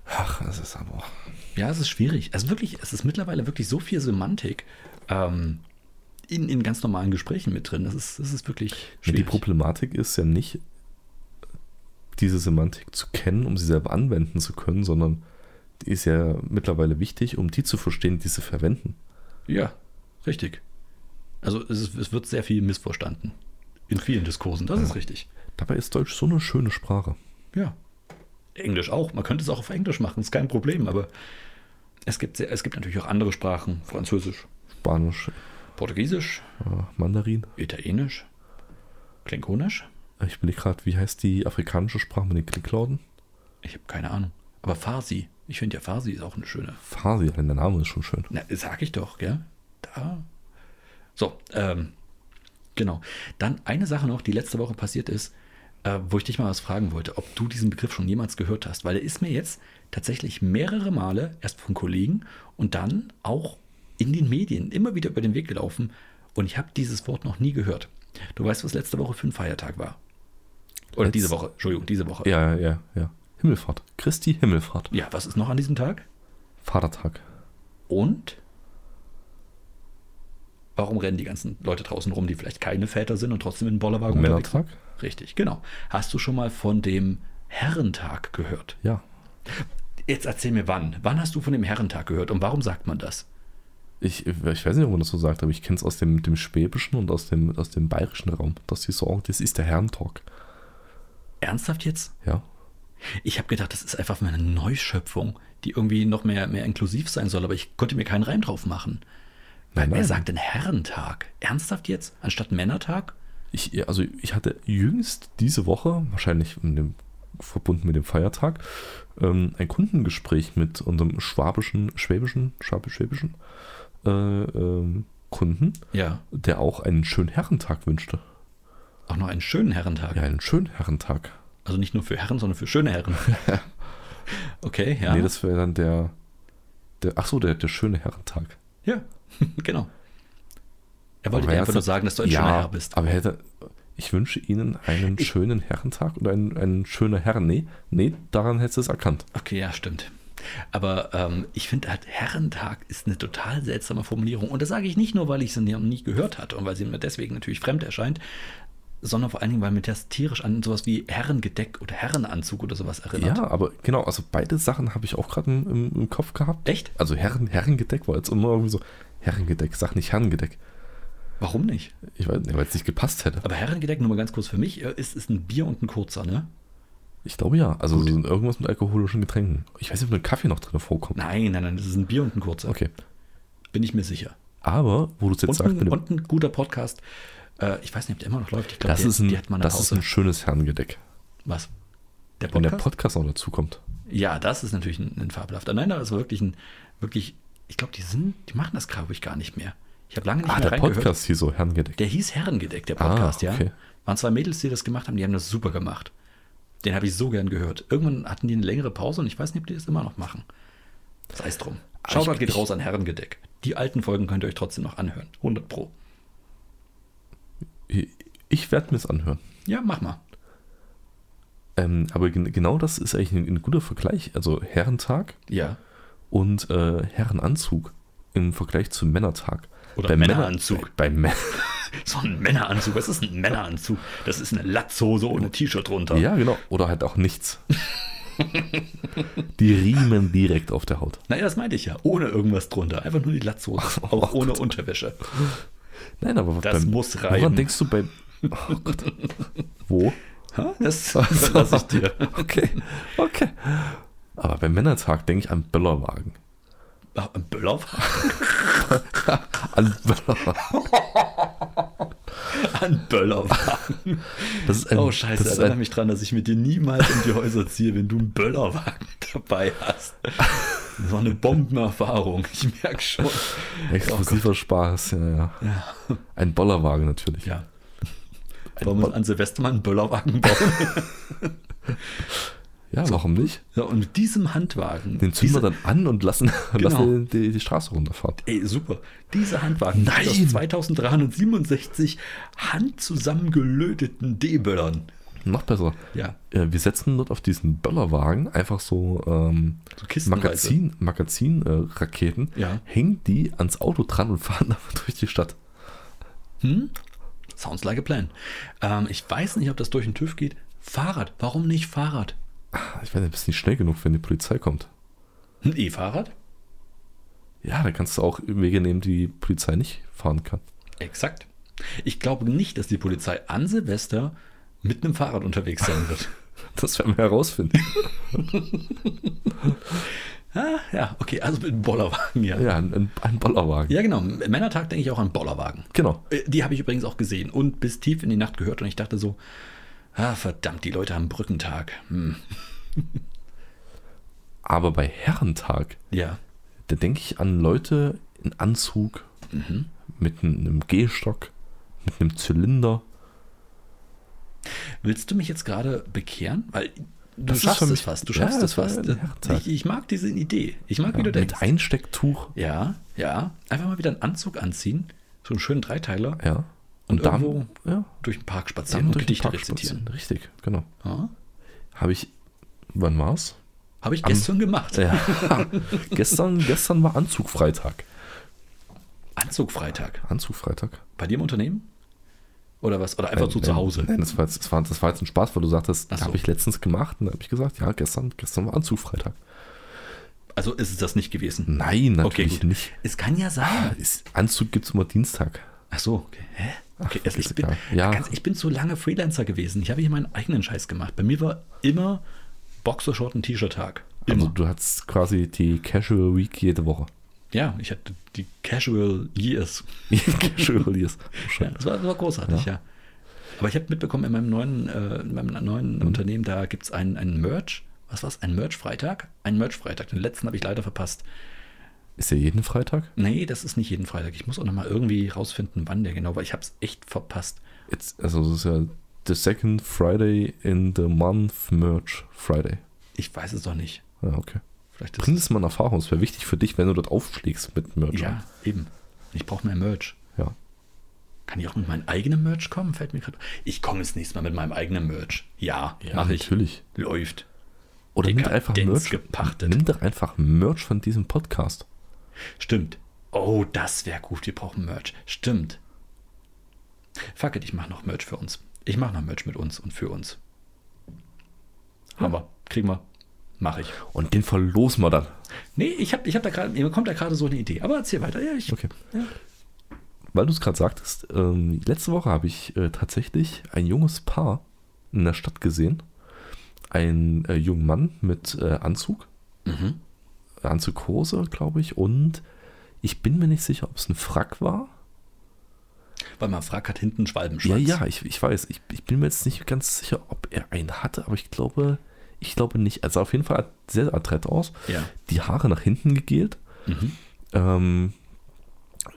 Ach, das ist aber auch. Ja, es ist schwierig. Also wirklich, es ist mittlerweile wirklich so viel Semantik ähm, in, in ganz normalen Gesprächen mit drin. Das ist, das ist wirklich Nee, die schwierig. Problematik ist ja nicht, diese Semantik zu kennen, um sie selber anwenden zu können, sondern die ist ja mittlerweile wichtig, um die zu verstehen, die sie verwenden. Ja, richtig. Also es, ist, es wird sehr viel missverstanden. In vielen Diskursen, das ist richtig. Dabei ist Deutsch so eine schöne Sprache. Ja. Englisch auch. Man könnte es auch auf Englisch machen, ist kein Problem, aber es gibt, sehr, es gibt natürlich auch andere Sprachen. Französisch, Spanisch, Portugiesisch, äh, Mandarin. Italienisch, Klingonisch. Ich überlege gerade, wie heißt die afrikanische Sprache mit den Klicklauten? Ich habe keine Ahnung. Aber Farsi. Ich finde ja Farsi ist auch eine schöne. Farsi, allein der Name ist schon schön. Na, sag ich doch, gell? Da. So, ähm, genau. Dann eine Sache noch, die letzte Woche passiert ist, äh, wo ich dich mal was fragen wollte, ob du diesen Begriff schon jemals gehört hast, weil er ist mir jetzt tatsächlich mehrere Male erst von Kollegen und dann auch in den Medien immer wieder über den Weg gelaufen und ich habe dieses Wort noch nie gehört. Du weißt, was letzte Woche für ein Feiertag war. Oder Letz- diese Woche, Entschuldigung, diese Woche. Ja, ja, ja, ja. Himmelfahrt. Christi Himmelfahrt. ja, was ist noch an diesem Tag? Vatertag. Und warum rennen die ganzen Leute draußen rum, die vielleicht keine Väter sind und trotzdem in den Bollerwagen unterwegs sind? Männertag? Richtig, genau. Hast du schon mal von dem Herrentag gehört? Ja. Jetzt erzähl mir wann. Wann hast du von dem Herrentag gehört und warum sagt man das? Ich, ich weiß nicht, ob man das so sagt, aber ich kenne es aus dem, dem Schwäbischen und aus dem, aus dem bayerischen Raum, dass die sagen, das ist der Herrentag. Ernsthaft jetzt? Ja. Ich habe gedacht, das ist einfach mal eine Neuschöpfung, die irgendwie noch mehr, mehr inklusiv sein soll, aber ich konnte mir keinen Reim drauf machen. Weil Nein, wer nein. sagt denn Herrentag? Ernsthaft jetzt? Anstatt Männertag? Ich, also ich hatte jüngst diese Woche, wahrscheinlich in dem verbunden mit dem Feiertag, ähm, ein Kundengespräch mit unserem schwabischen, schwäbischen, schwabisch, schwäbischen äh, ähm, Kunden, Ja. der auch einen schönen Herrentag wünschte. Auch noch einen schönen Herrentag. Ja, einen schönen Herrentag. Also nicht nur für Herren, sondern für schöne [laughs] Herren. Okay, ja. Nee, das wäre dann der, der ach so, der, der schöne Herrentag. ja, [laughs] genau. Er wollte Aber dir er einfach hat- nur sagen, dass du ein schöner Herr bist. aber hätte, ich wünsche Ihnen einen Ich- schönen Herrentag und einen, einen schönen Herren. Nee, nee, daran hättest du es erkannt. Okay, ja, stimmt. Aber ähm, ich finde halt, Herrentag ist eine total seltsame Formulierung. Und das sage ich nicht nur, weil ich sie nie- nie gehört hatte und weil sie mir deswegen natürlich fremd erscheint, sondern vor allen Dingen, weil mir das tierisch an sowas wie Herrengedeck oder Herrenanzug oder sowas erinnert. Ja, aber genau, also beide Sachen habe ich auch gerade im, im, im Kopf gehabt. Echt? Also Herren, Herrengedeck war jetzt immer irgendwie so, Herrengedeck, sag nicht Herrengedeck. Warum nicht? Ich weiß nicht, weil es nicht gepasst hätte. Aber Herrengedeck, nur mal ganz kurz für mich, äh, ist, ist ein Bier und ein kurzer, ne? Ich glaube ja, also so irgendwas mit alkoholischen Getränken. Ich weiß nicht, ob ein Kaffee noch drin vorkommt. Nein, nein, nein, das ist ein Bier und ein kurzer. Okay. Bin ich mir sicher. Aber, wo du es jetzt Und sagst, ein, mit dem, und ein guter Podcast. Äh, ich weiß nicht, ob der immer noch läuft. Ich glaube, das, die, ist ein, die hat mal eine das ist Pause. ein schönes Herrengedeck. Was? Der Wenn der Podcast? Podcast noch dazu kommt. Ja, das ist natürlich ein, ein fabelhafter. Nein, da ist wirklich ein, wirklich, ich glaube, die sind, die machen das, glaube ich, gar nicht mehr. Ich habe lange nicht Ah, mehr der reingehört. Podcast hier so, Herrengedeck. Der hieß Herrengedeck, der Podcast, Ah, okay. ja. Waren zwei Mädels, die das gemacht haben, die haben das super gemacht. Den habe ich so gern gehört. Irgendwann hatten die eine längere Pause und ich weiß nicht, ob die das immer noch machen. Sei es drum. Aber Ah, ich- Shoutout geht ich- raus an Herrengedeck. Die alten Folgen könnt ihr euch trotzdem noch anhören. 100 Pro. Ich werde mir es anhören. Ja, mach mal. Ähm, aber gen genau das ist eigentlich ein, ein guter Vergleich. Also Herrentag Ja. und äh, Herrenanzug im Vergleich zum Männertag. Oder Männer- Männeranzug. bei Mä [laughs] So ein Männeranzug. Was ist ein Männeranzug? Das ist eine Latzhose ohne T-Shirt drunter. ja, genau. Oder halt auch nichts. die riemen direkt auf der Haut. Naja, das meinte ich ja. Ohne irgendwas drunter. Einfach nur die [laughs] Latzhose. Auch ohne Unterwäsche. Nein, aber Das beim, muss Woran reiben. denkst du bei. Oh Gott. Wo? Ha? [laughs] Das [laughs] überlasse ich dir. Okay, okay. Aber beim Männertag denke ich an Böllerwagen. Ach, ein [laughs] Böllerwagen? An Böllerwagen. Ein Böllerwagen. Das ist ein, Oh, scheiße. das ist erinnere ein, mich dran, dass ich mit dir niemals in die Häuser ziehe, wenn du einen Böllerwagen [laughs] dabei hast. Das war eine Bombenerfahrung. Ich merke schon. Oh Exklusiver Spaß, ja, ja. Ein Bollerwagen natürlich. Ja. Wollen wir uns an Silvester mal einen Böllerwagen bauen? [laughs] Ja, warum nicht? Ja, und mit diesem Handwagen. Den zünden wir diese- dann an und lassen, [laughs] Genau. lassen die, die Straße runterfahren. Ey, super. Diese Handwagen Nein! sind aus 2367 handzusammengelöteten D-Böllern. Noch besser. Ja. Äh, Wir setzen dort auf diesen Böllerwagen einfach so, ähm, So kistenweise. Magazin, Magazin äh, Raketen, Ja. hängen die ans Auto dran und fahren [laughs] damit durch die Stadt. Hm? Sounds like a plan. Ähm, ich weiß nicht, ob das durch den TÜV geht. Fahrrad. Warum nicht Fahrrad? Ah, Ich weiß nicht, bist nicht schnell genug, wenn die Polizei kommt. Ein Hm, E-Fahrrad? Ja, da kannst du auch Wege nehmen, die die Polizei nicht fahren kann. Exakt. Ich glaube nicht, dass die Polizei an Silvester mit einem Fahrrad unterwegs sein wird. Das werden [laughs] wir herausfinden. ah, ja, okay, also mit einem Bollerwagen, ja. ja. ja, ein, ein Bollerwagen. genau. Männertag denke ich auch an Bollerwagen. Genau. Äh, Die habe ich übrigens auch gesehen und bis tief in die Nacht gehört und ich dachte so, ah, verdammt, die Leute haben Brückentag. Hm. Aber bei Herrentag, Ja. da denke ich an Leute in Anzug, Mhm. mit einem Gehstock, mit einem Zylinder. Willst du mich jetzt gerade bekehren? Weil du Das ist schaffst für es mich- fast. Du Ja, schaffst das es fast. wäre ein Herrentag. Ich, ich mag diese Idee. Ich mag, wie du denkst. mit Einstecktuch. Ja, ja. Einfach mal wieder einen Anzug anziehen. So einen schönen Dreiteiler. Ja. Und dann- irgendwo ja, Durch den Park spazieren und durch den Gedichte Park rezitieren. spazieren. Richtig, genau. Ja. Habe ich, wann war's? Habe ich gestern gemacht. [laughs] Ja. gestern, gestern war Anzugfreitag. Anzugfreitag. Anzugfreitag? Bei dir im Unternehmen? Oder was? Oder einfach so zu Hause? Nein, das war, jetzt, das, war, das war jetzt ein Spaß, weil du sagtest, Ach das so. habe ich letztens gemacht. Und da habe ich gesagt, ja, gestern, gestern war Anzugfreitag. Also ist es das nicht gewesen. Nein, Okay, natürlich gut. nicht. Es kann ja sein. Hm. Ah, Ist, Anzug gibt es immer Dienstag. Ach so, okay. Hä? Okay, Ach, also ich, ist bin, egal. Ja. ganz, ich bin so lange Freelancer gewesen. Ich habe hier meinen eigenen Scheiß gemacht. Bei mir war immer Boxershort und T-Shirt-Tag. Immer. Also du hattest quasi die Casual Week jede Woche. [laughs] ja, ich hatte die Casual Years. Casual Years. Ja, das, war, das war großartig, ja. Aber ich habe mitbekommen, in meinem neuen, äh, in meinem neuen Mhm. Unternehmen, da gibt es einen, einen Merch. Was war's? Ein Merch-Freitag? Ein Merch-Freitag. Den letzten habe ich leider verpasst. Ist ja jeden Freitag? Nee, das ist nicht jeden Freitag. Ich muss auch nochmal irgendwie rausfinden, wann der genau war. Ich habe es echt verpasst. Jetzt, also es ist ja the second Friday in the month Merch Friday. Ich weiß es doch nicht. Ja, okay. Vielleicht ist Bring das mal in Erfahrung. Es wäre wichtig für dich, wenn du dort aufschlägst mit Merch. Ja, eben. Ich brauche mehr Merch. ja. Kann ich auch mit meinem eigenen Merch kommen? Fällt mir gerade. Ich komme das nächste Mal mit meinem eigenen Merch. Ja, Ja, mache ich. natürlich. Läuft. Oder nimm doch einfach Dekadenz Merch. Mhm. gepachtet. Nimm doch einfach Merch von diesem Podcast. Stimmt. Oh, das wäre gut. Wir brauchen Merch. Stimmt. Fuck it, ich mache noch Merch für uns. Ich mache noch Merch mit uns und für uns. Haben wir. Kriegen wir. Mache ich. Und den verlosen wir dann. Nee, ich habe ich hab da gerade, mir kommt da gerade so eine Idee. Aber erzähl weiter. Ja, ich, Okay. ja. Weil du es gerade sagtest, ähm, letzte Woche habe ich äh, tatsächlich ein junges Paar in der Stadt gesehen. Ein äh, junger Mann mit äh, Anzug, Mhm. Anzughose, glaube ich. Und ich bin mir nicht sicher, ob es ein Frack war. Weil man fragt, hat hinten einen Ja, Schwalbenschwanz. ja, ich, ich weiß. Ich, ich bin mir jetzt nicht ganz sicher, ob er einen hatte, aber ich glaube, ich glaube nicht. Also auf jeden Fall sehr adrett aus. Ja. Die Haare nach hinten gegelt. Mhm. Ähm,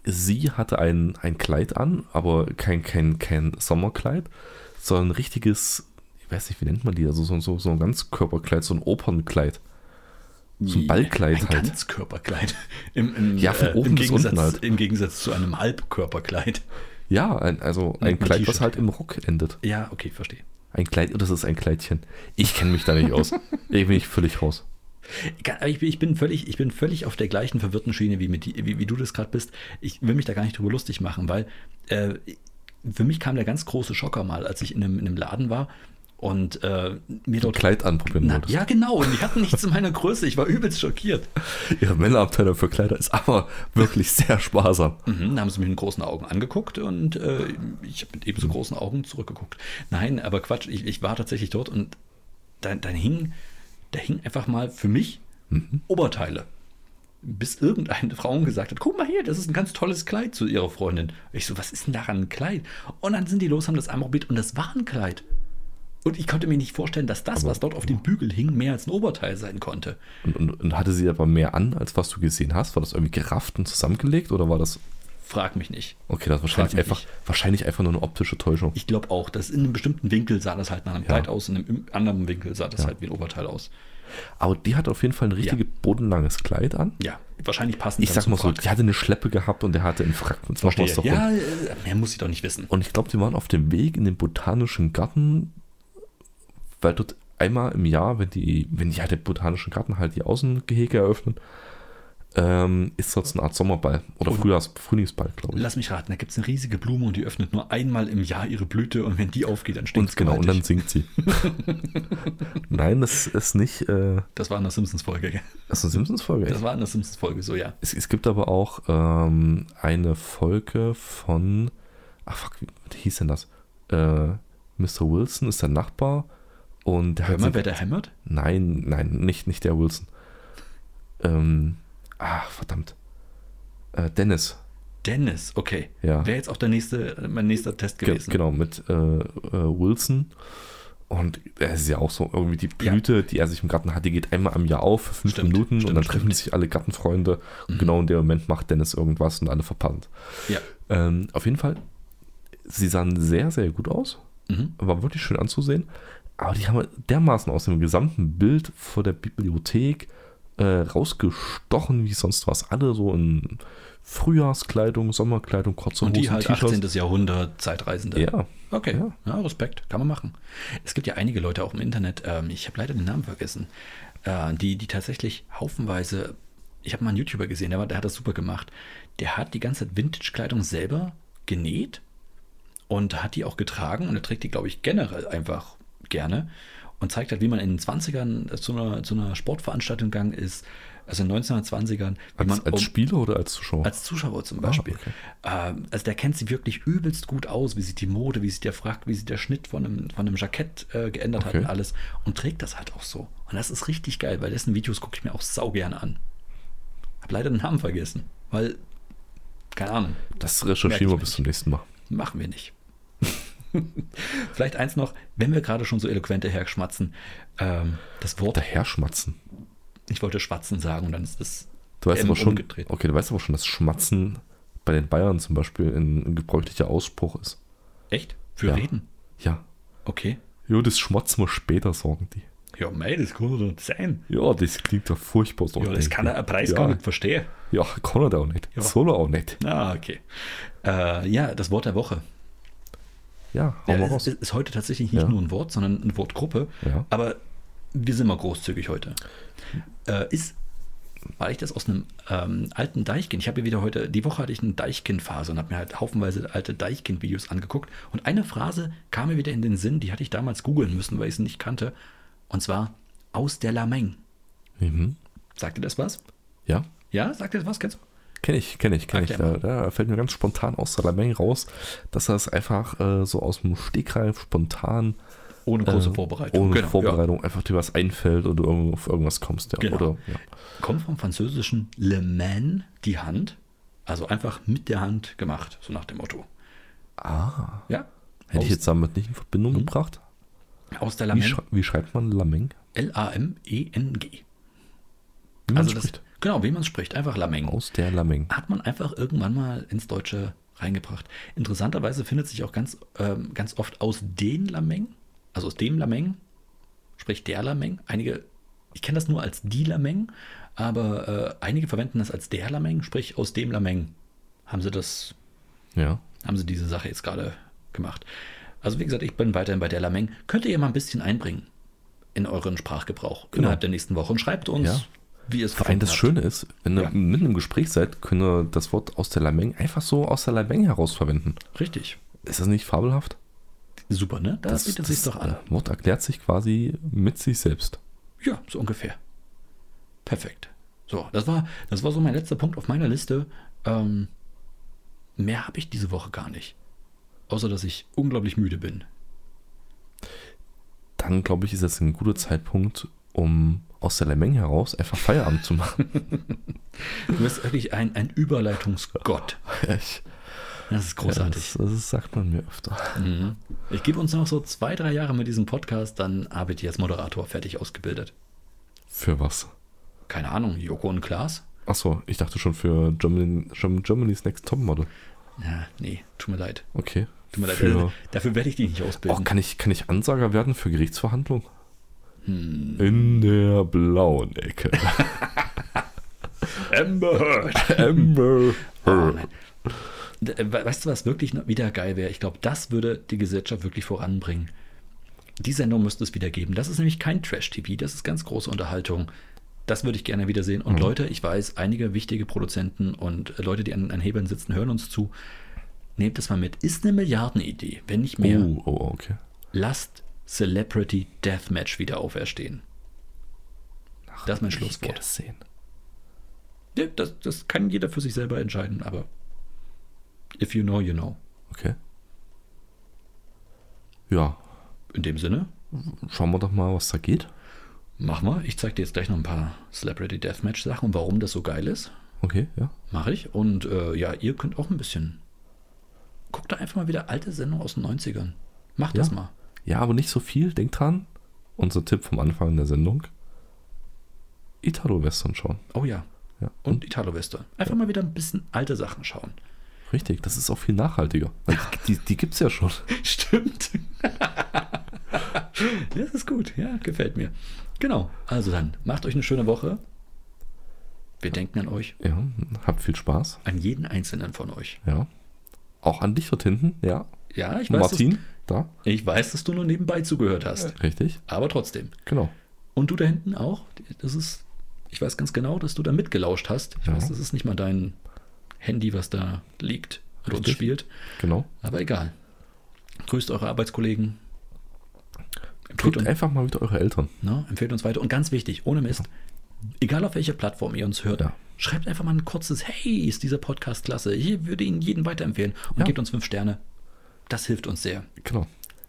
sie hatte ein, ein Kleid an, aber kein, kein, kein Sommerkleid, sondern ein richtiges, ich weiß nicht, wie nennt man die, also so, so, so ein Ganzkörperkleid, so ein Opernkleid. So ein Ballkleid ein halt. Ganzkörperkleid. [laughs] Im, im, Ja, von äh, oben im, bis unten Gegensatz, halt. Im Gegensatz zu einem Halbkörperkleid. [laughs] Ja, ein, also Nennt ein man Kleid, T-Shirt, was halt im Rock endet. Ja, okay, verstehe. Ein Kleid, oder das ist ein Kleidchen. Ich kenne mich da [laughs] nicht aus. Ich bin ich völlig raus. Ga- Ich bin, ich, bin völlig, ich bin völlig auf der gleichen verwirrten Schiene, wie, mit, wie, wie du das gerade bist. Ich will mich da gar nicht drüber lustig machen, weil äh, für mich kam der ganz große Schocker mal, als ich in einem, in einem Laden war und äh, mir Ein dort. Kleid anprobieren Na, wolltest. ja, genau. Und die hatten nichts in meiner Größe. Ich war übelst schockiert. Ihre Männerabteilung für Kleider ist aber wirklich sehr sparsam. Mhm, da haben sie mich mit großen Augen angeguckt und äh, ich habe mit ebenso großen Augen zurückgeguckt. Nein, aber Quatsch, ich, ich war tatsächlich dort und da, dann hing, da hing einfach mal für mich Oberteile. Bis irgendeine Frau gesagt hat, guck mal hier, das ist ein ganz tolles Kleid zu ihrer Freundin. Ich so, was ist denn daran ein Kleid? Und dann sind die los, haben das anprobiert und das war ein Kleid. Und ich konnte mir nicht vorstellen, dass das, was dort auf dem Bügel hing, mehr als ein Oberteil sein konnte. Und, und, und hatte sie aber mehr an, als was du gesehen hast? War das irgendwie gerafft und zusammengelegt oder war das Frag mich nicht. Okay, das ist wahrscheinlich Frag einfach, mich wahrscheinlich einfach nur eine optische Täuschung. Ich glaube auch, dass in einem bestimmten Winkel sah das halt nach einem Kleid aus, in einem im- anderen Winkel sah das halt wie ein Oberteil aus. Aber die hat auf jeden Fall ein richtig bodenlanges Kleid an. Ja, wahrscheinlich passend. Ich dann sag zum mal so, Frack. die hatte eine Schleppe gehabt und der hatte einen Frack. Und zwar Verstehe. ja, äh, mehr muss ich doch nicht wissen. Und ich glaube, die waren auf dem Weg in den botanischen Garten, weil dort einmal im Jahr, wenn die, wenn die halt den botanischen Garten halt die Außengehege eröffnen, ähm, ist dort so eine Art Sommerball oder Frühjahrs, Frühlingsball, glaube ich. Lass mich raten, da gibt es eine riesige Blume und die öffnet nur einmal im Jahr ihre Blüte und wenn die aufgeht, dann stinkt Und genau, und dann singt sie. [laughs] Nein, das ist nicht, äh, Das war in der Simpsons-Folge. gell? das ist eine Simpsons-Folge. Das war in der Simpsons-Folge, so ja. Es, es gibt aber auch ähm, eine Folge von, ach fuck, wie wie hieß denn das? Äh, Mr. Wilson ist der Nachbar und der Hör hat mal, sein, wer da hämmert? nein, nein, nicht, nicht der Wilson. Ähm, ach verdammt, äh, Dennis, Dennis, okay. ja, Wäre jetzt auch der nächste, äh, mein nächster Test Ge- gewesen. genau mit äh, äh, Wilson. Und er ist ja auch so irgendwie die Blüte, die er sich im Garten hat, die geht einmal am Jahr auf, für fünf Stimmt, Minuten und stimmt, dann treffen stimmt. Mhm. sich alle Gartenfreunde und genau in dem Moment macht Dennis irgendwas und alle verpannt. Ja. Ähm, auf jeden Fall, sie sahen sehr, sehr gut aus. Mhm. War wirklich schön anzusehen. Aber die haben halt dermaßen aus dem gesamten Bild vor der Bibliothek äh, rausgestochen, wie sonst was. Alle so in Frühjahrskleidung, Sommerkleidung, kurze Und die Hosen, halt T-Shirts. 18. Jahrhundert, Zeitreisende. Ja, Okay, Ja. ja. Respekt, kann man machen. Es gibt ja einige Leute auch im Internet, ähm, ich habe leider den Namen vergessen, äh, die, die tatsächlich haufenweise, ich habe mal einen YouTuber gesehen, der, war, der hat das super gemacht, der hat die ganze Zeit Vintage-Kleidung selber genäht und hat die auch getragen und er trägt die, glaube ich, generell einfach gerne und zeigt halt, wie man in den 20ern zu einer, zu einer Sportveranstaltung gegangen ist, also in den 1920ern, wie man um- als, als Spieler oder als Zuschauer? als Zuschauer zum Beispiel. Ah, okay. Ähm, also der kennt sie wirklich übelst gut aus, wie sieht die Mode, wie sieht der Frack, wie sieht der Schnitt von einem, von einem Jackett äh, geändert hat Okay. und alles. Und trägt das halt auch so. Und das ist richtig geil, weil dessen Videos gucke ich mir auch sau gerne an. Hab leider den Namen vergessen, weil, keine Ahnung, das merk ich recherchieren wir mir bis nicht. [laughs] zum nächsten Mal. machen wir nicht. Vielleicht eins noch, wenn wir gerade schon so eloquent daherschmatzen. Ähm, das Wort, Daher schmatzen. ich wollte Schwatzen sagen und dann ist es Du weißt M aber schon, umgedreht. okay, du weißt aber schon, dass Schmatzen bei den Bayern zum Beispiel ein, ein gebräuchlicher Ausspruch ist. echt für Ja. Reden. Ja. Okay. Ja, das schmatzen wir später, sagen die. Ja, mei, das kann doch nicht sein. Ja, das klingt doch furchtbar. So Ja, das kann der Preis ja, gar nicht verstehen. Ja, kann er da auch nicht. Ja. Soll er auch nicht. Ah, okay. Äh, ja, das Wort der Woche. Ja, hau Ja, mal es raus. ist, ist heute tatsächlich nicht Ja. nur ein Wort, sondern eine Wortgruppe. Ja. Aber wir sind mal großzügig heute. Äh, ist, weil ich das aus einem ähm, alten Deichkind, ich habe ja wieder heute, die Woche hatte ich eine Deichkind-Phase und habe mir halt haufenweise alte Deichkind-Videos angeguckt. Und eine Phrase kam mir wieder in den Sinn, die hatte ich damals googeln müssen, weil ich sie nicht kannte. Und zwar aus der Lameng. Mhm. Sagt ihr das was? Ja, Ja, sagt ihr das was? Kennst du? kenne ich, kenne ich, kenne ich. Erklär Da, da fällt mir ganz spontan aus der Menge raus, dass er es einfach äh, so aus dem Stegreif spontan Ohne große äh, Vorbereitung. Ohne Genau, ja. Vorbereitung, einfach dir was einfällt und du irgendwo auf irgendwas kommst. Ja. Genau. Oder, ja. Kommt vom französischen Le Man, die Hand. Also einfach mit der Hand gemacht, so nach dem Motto. Ah, Ja. hätte ich aus, Mhm. jetzt damit nicht in Verbindung gebracht. aus der Wie, Lameng. schrei wie schreibt man Lameng? L-A-M-E-N-G. Wie man Also das, spricht. genau, wie man es spricht, einfach Lameng. Aus der Lameng. Hat man einfach irgendwann mal ins Deutsche reingebracht. Interessanterweise findet sich auch ganz, ähm, ganz oft aus den Lameng, also aus dem Lameng, sprich der Lameng. Einige, ich kenne das nur als die Lameng, aber äh, einige verwenden das als der Lameng, sprich aus dem Lameng. Haben sie das Ja. haben sie diese Sache jetzt gerade gemacht. Also wie gesagt, ich bin weiterhin bei der Lameng. Könnt ihr ja mal ein bisschen einbringen in euren Sprachgebrauch innerhalb der nächsten Woche und schreibt uns, Ja. wie ihr es Vor allem gefunden das habt. Schöne ist, wenn ihr Ja. mitten im Gespräch seid, könnt ihr das Wort aus der Lameng einfach so aus der Lameng heraus verwenden. Richtig. Ist das nicht fabelhaft? Super, ne? Da bietet sich doch an. äh, Wort erklärt sich quasi mit sich selbst. Ja, so ungefähr. Perfekt. So, das war, das war so mein letzter Punkt auf meiner Liste. Ähm, mehr habe ich diese Woche gar nicht. Außer, dass ich unglaublich müde bin. Dann glaube ich, ist das ein guter Zeitpunkt, um aus der Lameng heraus einfach Feierabend zu machen. Du bist wirklich ein, ein [laughs] Überleitungsgott. Ich- Das ist [laughs] ja, großartig. das, das sagt man mir öfter. Mhm. Ich gebe uns noch so zwei, drei Jahre mit diesem Podcast, dann habe ich die als Moderator fertig ausgebildet. Für was? Keine Ahnung, Joko und Klaas? Achso, ich dachte schon für German, German- Germany's Next Topmodel. Ja, nee, tut mir leid. Okay. Tut mir leid. Für, Oh, Also, Dafür werde ich die nicht auch ausbilden. kann ich, kann ich Ansager werden für Gerichtsverhandlung? Hm. In der blauen [laughs] Ecke. Amber Heard. Amber Oh, Heard. nein. D- äh, we- Weißt du, was wirklich noch wieder geil wäre? Ich glaube, das würde die Gesellschaft wirklich voranbringen. Die Sendung müsste es wieder geben. Das ist nämlich kein Trash-TV, das ist ganz große Unterhaltung. Das würde ich gerne wiedersehen. Und Leute, ich weiß, einige wichtige Produzenten und äh, Leute, die an, an Hebeln sitzen, hören uns zu. Nehmt das mal mit. Ist eine Milliardenidee, wenn nicht mehr. Oh, oh, okay. Lasst Celebrity Deathmatch wieder auferstehen. Das ist mein Ich Schlusswort. gesehen. Ja, Das, das kann jeder für sich selber entscheiden, aber if you know, you know. Okay. Ja, In dem Sinne, schauen wir doch mal, was da geht. Mach mal. Ich zeig dir jetzt gleich noch ein paar Celebrity Deathmatch Sachen und warum das so geil ist. Okay, ja. Mache ich. Und äh, ja, ihr könnt auch ein bisschen. Guckt da einfach mal wieder alte Sendungen aus den 90ern. Macht das Ja. mal. Ja, aber nicht so viel. Denkt dran, unser Tipp vom Anfang der Sendung. Italo-Western schauen. Oh ja. Ja. Hm. Und Italo-Western. Einfach mal wieder ein bisschen alte Sachen schauen. [laughs] Richtig, das ist auch viel nachhaltiger. Weil Die, die, die gibt's ja schon. Stimmt. [laughs] das ist gut. Ja, gefällt mir. Genau. Also dann, macht euch eine schöne Woche. Wir denken an euch. Ja, habt viel Spaß. An jeden einzelnen von euch. Ja. Auch an dich dort hinten, ja. Ja, ich weiß, Martin, da. Dass, ich weiß, dass du nur nebenbei zugehört hast. Richtig, Aber trotzdem. genau. Und du da hinten auch? Das ist, ich weiß ganz genau, dass du da mitgelauscht hast. Ich Ja. weiß, das ist nicht mal dein Handy, was da liegt und uns Richtig. spielt. Genau. Aber egal. Grüßt eure Arbeitskollegen. Empfehlt, Drückt uns, einfach mal wieder eure Eltern. ne, empfehlt uns weiter. Und ganz wichtig, ohne Mist, egal auf welcher Plattform ihr uns hört, Ja. schreibt einfach mal ein kurzes Hey, ist dieser Podcast klasse. Ich würde ihn jedem weiterempfehlen. Und Ja. gebt uns fünf Sterne. Das hilft uns sehr. Genau.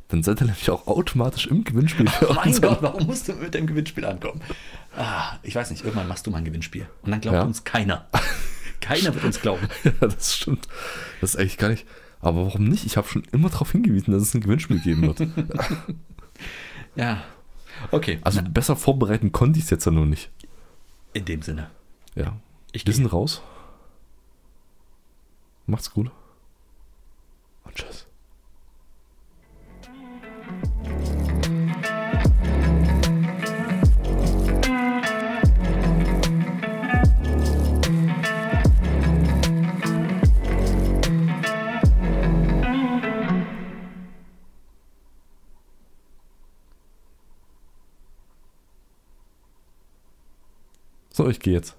Dann seid ihr nämlich auch automatisch im Gewinnspiel [laughs] für Mein unseren Gott, warum musst du mit dem Gewinnspiel ankommen? Ah, ich weiß nicht, irgendwann machst du mal ein Gewinnspiel. Und dann glaubt Ja. [laughs] uns keiner. Keiner wird uns glauben. Ja, das stimmt. Das ist eigentlich gar nicht. Aber warum nicht? Ich habe schon immer darauf hingewiesen, dass es ein Gewinnspiel geben wird. Ja. Okay. Also besser vorbereiten konnte ich es jetzt ja noch nicht. in dem Sinne. Ja. Ich Wir gehe. sind raus. Macht's gut. Und tschüss. So, ich gehe jetzt.